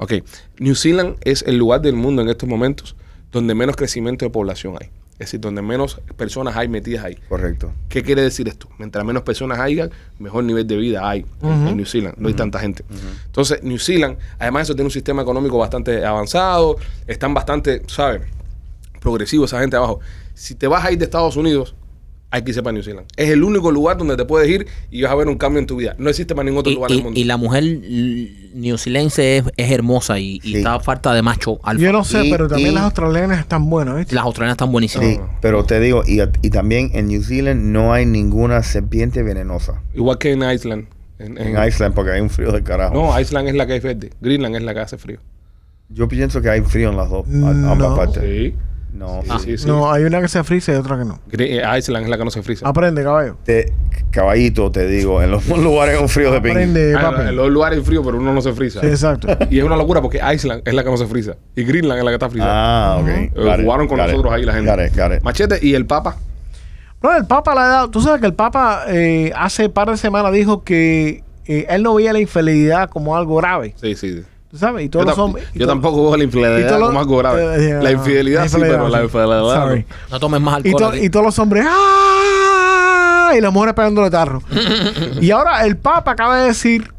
Ok, New Zealand es el lugar del mundo en estos momentos donde menos crecimiento de población hay. Es decir, donde menos personas hay metidas ahí.
Correcto.
¿Qué quiere decir esto? Mientras menos personas hayan, mejor nivel de vida hay en New Zealand. No hay tanta gente. Entonces, New Zealand, además eso tiene un sistema económico bastante avanzado, están bastante, ¿sabes? Progresivos esa gente abajo. Si te vas a ir de Estados Unidos, hay que irse para New Zealand. Es el único lugar donde te puedes ir y vas a ver un cambio en tu vida. No existe para ningún otro
Y,
lugar
y-
del mundo.
y la mujer l- neozealense es, es hermosa y, y
Sí.
está falta de macho alfa.
Yo no sé,
Y-
pero también
y-
las australianas están buenas, ¿viste?
Las australianas están
Ah.
buenísimas.
Sí, pero te digo, y, y también en New Zealand no hay ninguna serpiente venenosa.
Igual que en Iceland. En,
En
en-
Iceland, porque hay un frío del carajo.
No, Iceland es la que es verde. Greenland es la que hace frío.
Yo pienso que hay frío en las dos, a-
No.
ambas partes.
Sí.
No,
Ah,
sí.
sí, sí.
No, Ah, hay una que se frisa y otra que no.
Gre- eh, Iceland es la que no se frisa.
Aprende, caballo.
Te- caballito, te digo, en los [LAUGHS] lugares es un frío de pingue.
Aprende,
Ah, no,
Eh, papi.
en los lugares hay frío, pero uno no se frisa.
Sí, exacto.
Y es una locura porque Iceland es la que no se frisa. Y Greenland es la que está frisada.
Ah, ok.
Eh,
Got it,
jugaron con
got it,
nosotros ahí la gente.
got it, got it.
Machete y el Papa.
No, el Papa le ha dado. Tú sabes que el Papa eh, hace par de semanas dijo que eh, él no veía la infidelidad como algo grave.
Sí, sí.
¿Tú sabes? Y
Yo,
todos los
tam-
hombres. y
yo
todos-
tampoco veo la
y
infidelidad
todos los-
como algo grave.
eh, yeah,
la infidelidad sí, pero la infidelidad.
Sorry.
no.
No tomes más
Y,
alcohol.
to-
aquí.
y todos los hombres. ¡Ah! Y las mujeres
[LAUGHS]
pegándole tarro. y ahora el Papa acaba de decir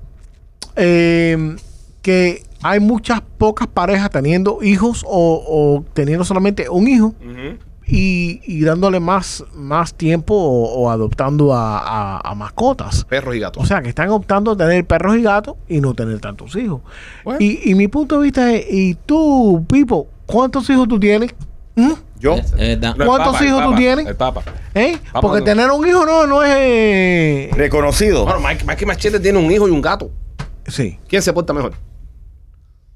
eh, que hay muchas pocas parejas teniendo hijos o, o teniendo solamente un hijo
Ujú.
y, y dándole más, más tiempo o, o adoptando a, a- a mascotas.
Perros y gatos.
O sea, que están optando a tener perros y gatos y no tener tantos hijos.
Bueno.
Y, y mi punto de vista es, ¿y tú, Pipo, cuántos hijos tú tienes? ¿Mm?
Yo,
Es verdad.
No, el
¿cuántos
Papa, el
hijos tú
Papa,
tienes?
El Papa.
¿Eh?
Vamos
Porque
a-
tener un hijo no, no es. eh,
reconocido.
Bueno, Mike, Mike Machete tiene un hijo y un gato.
Sí.
¿Quién se porta mejor?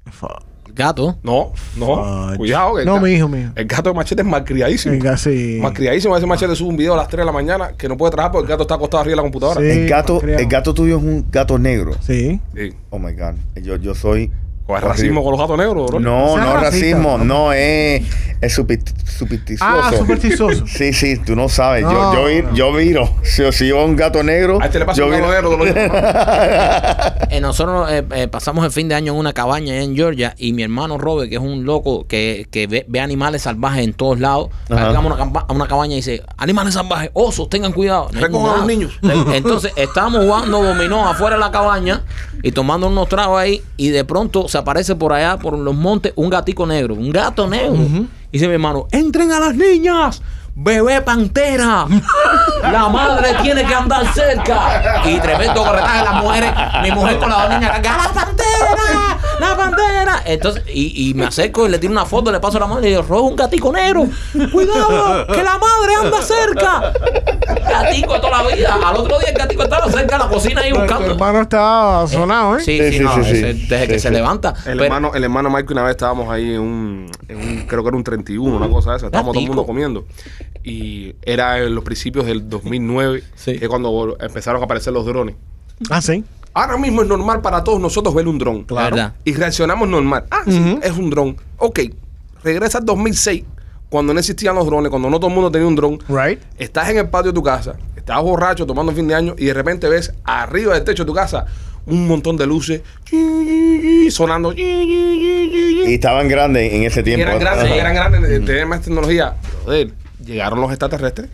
Fa-
Gato.
No, no.
Fudge.
Cuidado. que el
No,
ga-
mi hijo, mi hijo.
El gato de Machete es malcriadísimo.
Venga, sí.
Malcriadísimo. A veces Machete sube un video a las 3 de la mañana que no puede trabajar porque el gato está acostado arriba de la computadora.
Sí.
el, gato,
malcriado.
el gato tuyo es un gato negro.
Sí.
Sí.
Oh my God. Yo, yo soy
¿O es racismo con los gatos negros, bro?
No,
Sea
no
racista,
racismo,
¿no?
no es, es supit- supersticioso.
Ah, supersticioso.
Sí, sí, tú no sabes.
No,
yo, yo, vi-
no.
yo viro. [LAUGHS] Si yo si yo un gato negro.
A este le pasa
yo
un gato negro, te lo digo.
Eh, nosotros eh, eh, pasamos el fin de año en una cabaña allá en Georgia y mi hermano Robert, que es un loco que, que ve, ve animales salvajes en todos lados,
Ajá.
llegamos a una, campa- a una cabaña y dice, animales salvajes, osos, tengan cuidado. No hay
Recojan a
nada.
los niños.
Le- Entonces estábamos jugando dominó afuera de la cabaña y tomando unos tragos ahí y de pronto se aparece por allá, por los montes, un gatico negro, un gato negro. Y dice mi hermano, entren a las niñas. Bebé pantera, la madre tiene que andar cerca. Y tremendo corretaje de las mujeres. Mi mujer con la dos niñas cargada, la pantera, la pantera. Entonces, y, y me acerco y le tiro una foto, le paso la mano y le digo, robo un gatico negro. Cuidado, que la madre anda cerca. Gatico de toda la vida. Al otro día el gatico estaba cerca de la cocina ahí
Tu
buscando.
hermano está sonado, ¿eh?
Sí,
Sí,
sí,
sí,
no,
sí, sí.
ese- desde
Sí,
que se
sí.
levanta.
El
Pero-
hermano, el hermano Mike una vez estábamos ahí en un, en un- creo que era un 31, una cosa de esa, estábamos todo el
Gatico.
mundo comiendo. Y era en los principios del 2009,
Sí.
que cuando vol- empezaron a aparecer los drones.
Ah, sí.
Ahora mismo es normal para todos nosotros ver un dron.
Claro. Verdad.
Y reaccionamos normal. Ah, sí, es un dron. Ok, regresa al 2006, cuando no existían los drones, cuando no todo el mundo tenía un dron.
Right.
Estás en el patio de tu casa, estás borracho tomando fin de año y de repente ves arriba del techo de tu casa un montón de luces sonando.
Y
Y
estaban grandes en ese tiempo.
eran grandes,
Ajá.
eran grandes, tenían más tecnología. Joder, llegaron los extraterrestres.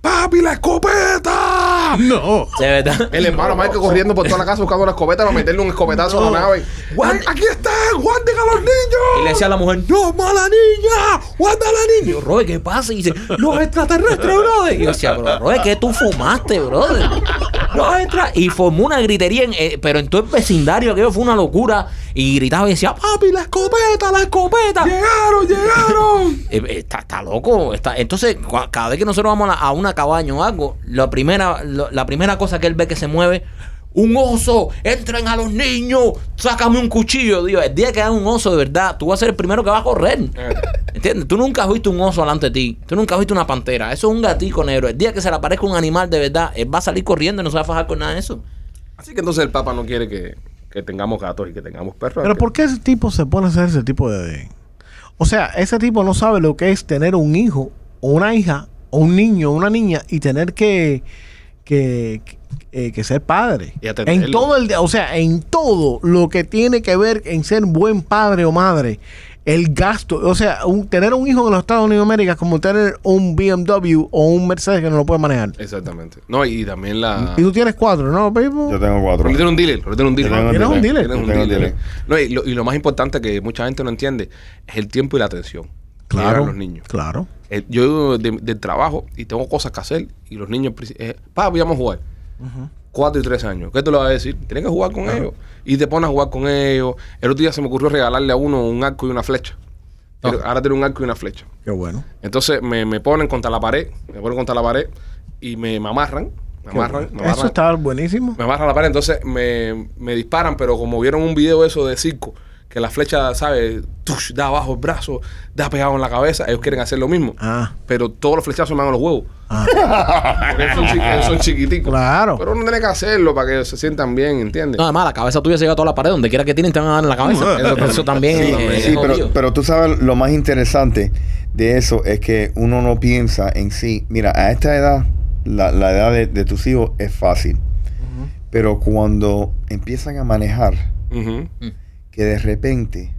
¡Papi, la escopeta!
No.
De verdad.
El hermano Michael corriendo por toda la casa buscando una escopeta para meterle un escopetazo a la nave. Guard- ¡Aquí está! ¡Guarden a los niños!
Y le decía a la mujer,
¡No, mala niña! ¡Guarda a la
Y
niña!
yo, Roy, ¿qué pasa? Y dice, los extraterrestres, brother. Y yo decía, bro, Roy, ¿qué tú fumaste, brother? Los extra- Y formó una gritería, en, eh, pero en todo el vecindario, aquello fue una locura. Y gritaba y decía, papi, la escopeta, la escopeta.
¡Llegaron, llegaron!
Eh, eh, está, está loco. Está, entonces, cua- cada vez que nosotros vamos a, la- a una cabaña o algo, la primera, lo- la primera cosa que él ve que se mueve, un oso, entren a los niños, sácame un cuchillo. Digo, el día que hay un oso de verdad, tú vas a ser el primero que va a correr. ¿Entiendes? Tú nunca has visto un oso delante de ti. Tú nunca has visto una pantera. Eso es un gatico negro. El día que se le aparezca un animal de verdad, él va a salir corriendo y no se va a fajar con nada de eso.
Así que entonces el Papa no quiere que, que tengamos gatos y que tengamos perros.
Pero
Que-
¿por qué ese tipo se pone a hacer ese tipo de... O sea, ese tipo no sabe lo que es tener un hijo o una hija o un niño o una niña y tener que, que, que- eh, que ser padre.
Y atenderlo.
en todo el, o sea, en todo lo que tiene que ver en ser buen padre o madre. El gasto, o sea, un- tener un hijo en los Estados Unidos de América es como tener un BMW o un Mercedes que no lo puede manejar.
Exactamente. No, y también la...
Y tú tienes cuatro, ¿no, Pipo?
Yo tengo cuatro.
Ahorita tiene un dealer, ahorita tiene un dealer.
Yo tengo
Tienes un dealer.
Tienes un
Yo tengo un
dealer.
dealer.
No, y, lo, y lo más importante que mucha gente no entiende es el tiempo y la atención. que llevan
Claro.
los niños.
Claro.
Eh, yo llego de- del trabajo y tengo cosas que hacer y los niños, princi- eh, papi, vamos a jugar. Cuatro y tres años. ¿Qué te lo vas a decir? Tienes que jugar con ellos. Y te pones a jugar con ellos. El otro día se me ocurrió regalarle a uno un arco y una flecha.
Ah.
Pero Ahora tiene un arco y una flecha.
Qué bueno.
Entonces me, me ponen contra la pared, me ponen contra la pared y me, me amarran. Me
Qué
amarran,
bueno.
me
Eso
amarran,
está buenísimo.
me amarran la pared. Entonces me, me disparan, pero como vieron un video eso de circo, que la flecha, ¿sabes? Tush, da abajo el brazo, da pegado en la cabeza. Ellos quieren hacer lo mismo.
Ah.
Pero todos los flechazos me dan a los huevos.
Ah.
[LAUGHS] Porque ellos son, chi- ellos son chiquiticos.
Claro.
Pero uno tiene que hacerlo para que se sientan bien, ¿entiendes?
No, además, la cabeza tuya se lleva a toda la pared. Donde quiera que tienen, te van a dar en la
[LAUGHS]
cabeza.
Eso
Eso,
también.
también
Sí,
es-
Sí,
es jodido.
pero, pero tú sabes lo más interesante de eso es que uno no piensa en sí. Mira, a esta edad, la, la edad de, de tus hijos es fácil. Pero cuando empiezan a manejar,
Ujú.
que de repente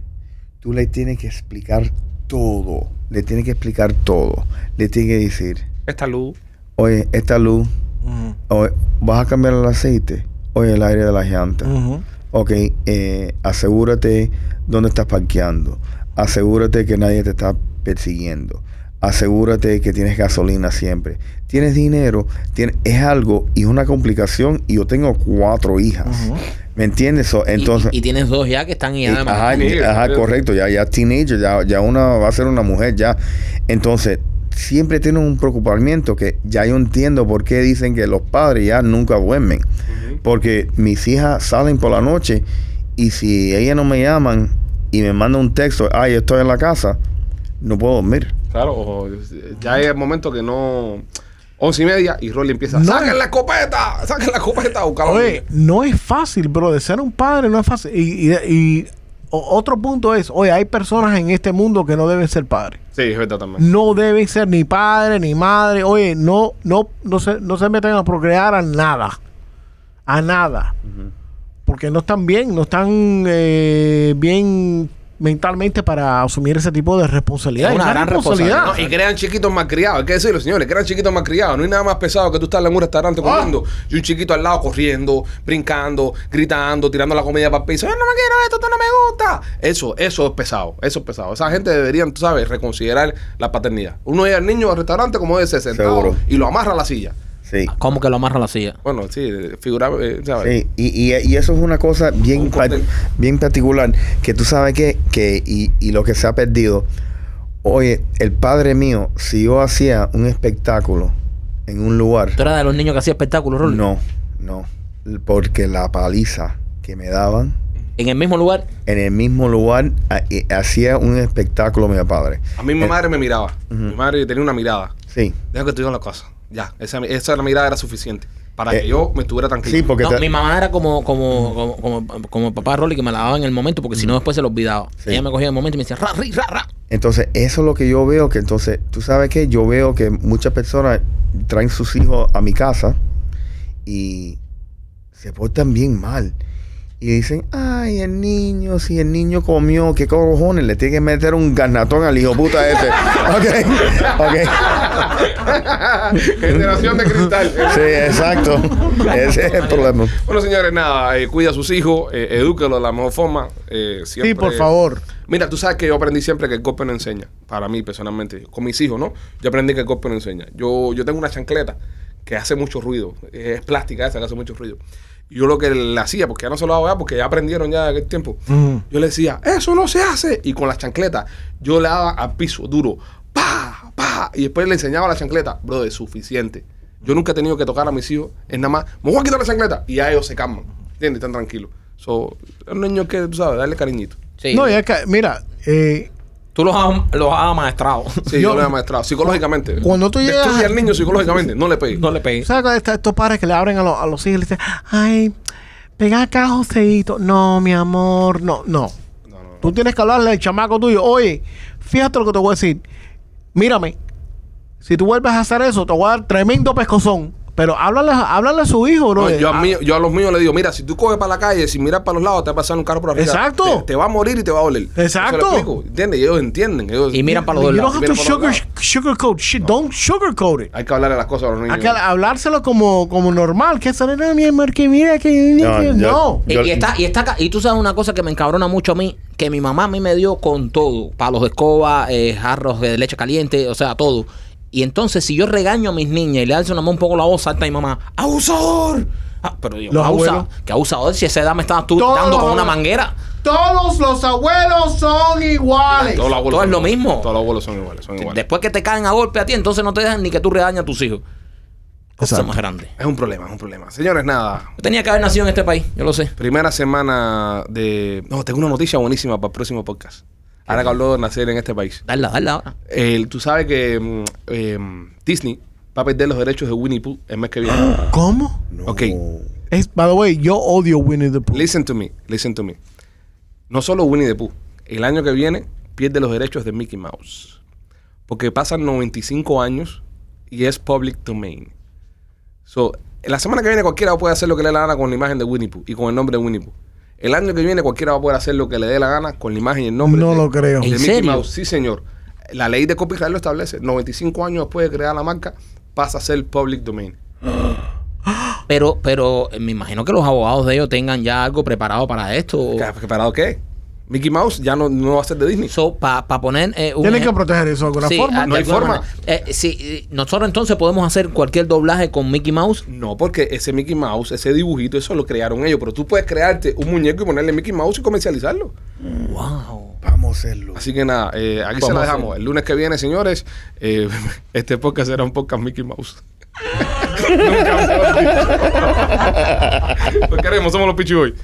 tú le tienes que explicar todo. Le tienes que explicar todo. Le tienes que decir,
Esta luz.
oye, esta luz,
Ujú.
oye, vas a cambiar el aceite. Oye, el aire de las llantas.
Ujú.
Ok, eh, asegúrate dónde estás parqueando. Asegúrate que nadie te está persiguiendo. Asegúrate que tienes gasolina siempre. Tienes dinero, tienes, es algo y es una complicación. Y yo tengo cuatro hijas.
Ujú.
¿Me entiendes? So,
Y-
entonces,
y, tienes dos ya que están y
y-
además.
ajá,
teenager,
ajá,
creo.
correcto. Ya, ya es teenager, ya, ya una va a ser una mujer, ya. Entonces, siempre tienen un preocupamiento que ya yo entiendo por qué dicen que los padres ya nunca duermen. Porque mis hijas salen por la noche y si ellas no me llaman y me mandan un texto, ay, yo estoy en la casa, no puedo dormir.
Claro, o- ya es el momento que no. Once y media y Rolly empieza.
No.
¡Saquen la escopeta! ¡Saquen la escopeta! a buscar a los
Oye,
niños".
no es fácil, bro. De ser un padre no es fácil. Y, y- y o- otro punto es, oye, hay personas en este mundo que no deben ser padres.
Sí, es verdad también.
No deben ser ni padre ni madre. Oye, no, no, no se, no se meten a procrear a nada. A nada. Porque no están bien, no están eh, bien mentalmente para asumir ese tipo de responsabilidad.
Es una gran
No, y crean chiquitos más criados. Hay que decirlo, señores. Crean chiquitos más criados. No hay nada más pesado que tú estar en un
Ah.
restaurante comiendo y un chiquito al lado corriendo, brincando, gritando, tirando la comida para el piso. Yo no me quiero esto, esto no me gusta. Eso, eso es pesado. Eso es pesado. Esa gente deberían, tú sabes, reconsiderar la paternidad. Uno lleva al niño al restaurante como ese sentado
Seguro.
y lo amarra a la silla.
Sí.
¿Cómo que lo amarra la silla?
Bueno, sí, figura, eh, ¿sabes?
Sí, y, y- y eso es una cosa bien,
Un cóctel.
par- bien particular, que tú sabes que, que y, y lo que se ha perdido, oye, el padre mío, si yo hacía un espectáculo en un lugar,
¿Tú eras de los niños que hacía espectáculos, Rolly?
no, no, porque la paliza que me daban
En el mismo lugar.
en el mismo lugar ha- eh, hacía un espectáculo mi padre.
A mí mi
Eh,
madre me miraba. Mi madre tenía una mirada.
Sí,
Deja que te diga la cosa. Ya, esa, esa mirada era suficiente para
Eh,
que yo me estuviera tranquilo.
sí, porque
No,
te-
mi mamá era como, como, como, como, como papá Rolly que me la daba en el momento porque si no después se lo olvidaba.
Mm. Sí.
Ella me cogía en el momento y me decía, ra, ri, ra, ra.
Entonces, eso es lo que yo veo, que entonces, tú sabes que yo veo que muchas personas traen sus hijos a mi casa y se portan bien mal. Y dicen, ay, el niño, si el niño comió, ¿qué cojones? Le tiene que meter un garnatón al hijo puta este. [LAUGHS] ok, ok.
[LAUGHS] Generación de cristal.
[LAUGHS] Sí, exacto. Ese es el problema.
Bueno, señores, nada, eh, cuida a sus hijos, eh, edúquelo de la mejor forma. eh, siempre-
Sí, por favor.
Mira, tú sabes que yo aprendí siempre que el golpe no enseña. Para mí, personalmente, con mis hijos, ¿no? Yo aprendí que el golpe no enseña. Yo, yo tengo una chancleta que hace mucho ruido. eh, Es plástica esa que hace mucho ruido. Y Yo lo que le hacía, porque ya no se lo hago ya, porque ya aprendieron ya de aquel tiempo.
Ujú.
Yo le decía, eso no se hace. Y con la chancleta, yo le daba al piso duro, pa, pa. Y después le enseñaba la chancleta, bro, es suficiente. Yo nunca he tenido que tocar a mis hijos, es nada más, me voy a quitar la chancleta. Y ya ellos se calman, ¿entiendes? Están tranquilos. So, es un niño que, tú sabes, darle cariñito.
Sí.
No, y es que, mira, eh,
Tú los has, los has amaestrado. [LAUGHS]
Sí, yo,
Yo-
lo he amaestrado, psicológicamente.
Cuando tú llegas-
Estudia al niño psicológicamente, no le pegues.
no le pegues.
¿Sabes cuando está estos padres que le abren a, lo- a los hijos y le dicen, ay, pega acá, Joseito? No, mi amor, no, no.
No, no.
Tú tienes que hablarle al chamaco tuyo, oye, fíjate lo que te voy a decir. Mírame, si tú vuelves a hacer eso, te voy a dar tremendo pescozón. Pero háblale, háblale a su hijo, bro.
No, yo, a mí-
Ah.
yo a los míos le digo, mira, si tú coges para la calle sin mirar para los lados, te va a pasar un carro por arriba.
Exacto.
Te, te va a morir y te va a doler. Yo
Exacto.
se lo explico, ¿Entiendes? Y ellos entienden. ellos-
Y miran para los
Ah, You
dos lados.
don't have to
Mira por los
sugar,
lados.
sugarcoat shit. Don't sugarcoat it.
Hay que hablarle las cosas a los niños.
Hay que hablárselo como, como normal. Que sale, no, mi amor, que mira, que...
No,
que-
yo-
no.
Eh.
Y,
Yo-
y está, y está ca- y tú sabes una cosa que me encabrona mucho a mí, que mi mamá a mí me dio con todo, palos de escoba, eh, jarros de leche caliente, o sea, todo. Y entonces si yo regaño a mis niñas y le alzo una mano un poco la voz, salta mi mamá, ¡abusador! Ah, pero Dios,
Los
abusa-
abuelos.
que abusador si a esa edad me estabas tú
Todos
dando
los
con una
abuelos.
manguera.
Todos los abuelos son iguales.
Todos los abuelos
Todo
son
es lo
iguales.
mismo.
Todos los abuelos son iguales. Son iguales.
Después que te caen a golpe a ti, entonces no te dejan ni que tú regañes a tus hijos. Cosa
Exacto.
más grande.
Es un problema, es un problema. Señores, nada.
Yo tenía que haber nacido en este país, yo lo sé.
Primera semana de. No, tengo una noticia buenísima para el próximo podcast. Ahora que habló de nacer en este país.
Darla, darla ahora.
El- tú sabes que mm, em, Disney va a perder los derechos de Winnie Pooh el mes que viene.
¿Cómo?
Ok.
Es, by the way, yo odio Winnie the Pooh.
Listen to me, listen to me. No solo Winnie the Pooh, el año que viene pierde los derechos de Mickey Mouse. Porque pasan 95 años y es public domain. So, la semana que viene cualquiera va a poder hacer lo que le dé la gana con la imagen de Winnie Pooh y con el nombre de Winnie Pooh. El año que viene cualquiera va a poder hacer lo que le dé la gana con la imagen y el nombre
No
de,
lo creo.
de
¿En
Mickey
serio?
Mouse. Sí, señor. La ley de copyright lo establece. 95 años después de crear la marca pasa a ser public domain.
Pero, pero eh, me imagino que los abogados de ellos tengan ya algo preparado para esto. o-
¿Qué- ¿Preparado qué? Mickey Mouse ya no, no va a ser de Disney.
para poner eh, un
Tienen
ej-
que proteger eso de alguna
Sí,
forma.
ah,
no
de
hay
alguna
forma.
manera. Eh, sí, eh, nosotros entonces podemos hacer cualquier doblaje con Mickey Mouse.
No, porque ese Mickey Mouse, ese dibujito, eso lo crearon ellos. Pero tú puedes crearte un muñeco y ponerle Mickey Mouse y comercializarlo.
Wow.
Vamos a hacerlo.
Así que nada, eh, aquí se
Vamos
la
a hacer.
dejamos. El lunes que viene, señores, eh, [LAUGHS] este podcast será un podcast Mickey Mouse. [LAUGHS] Nunca mejor dicho. Los queremos, somos los Pichi Boys.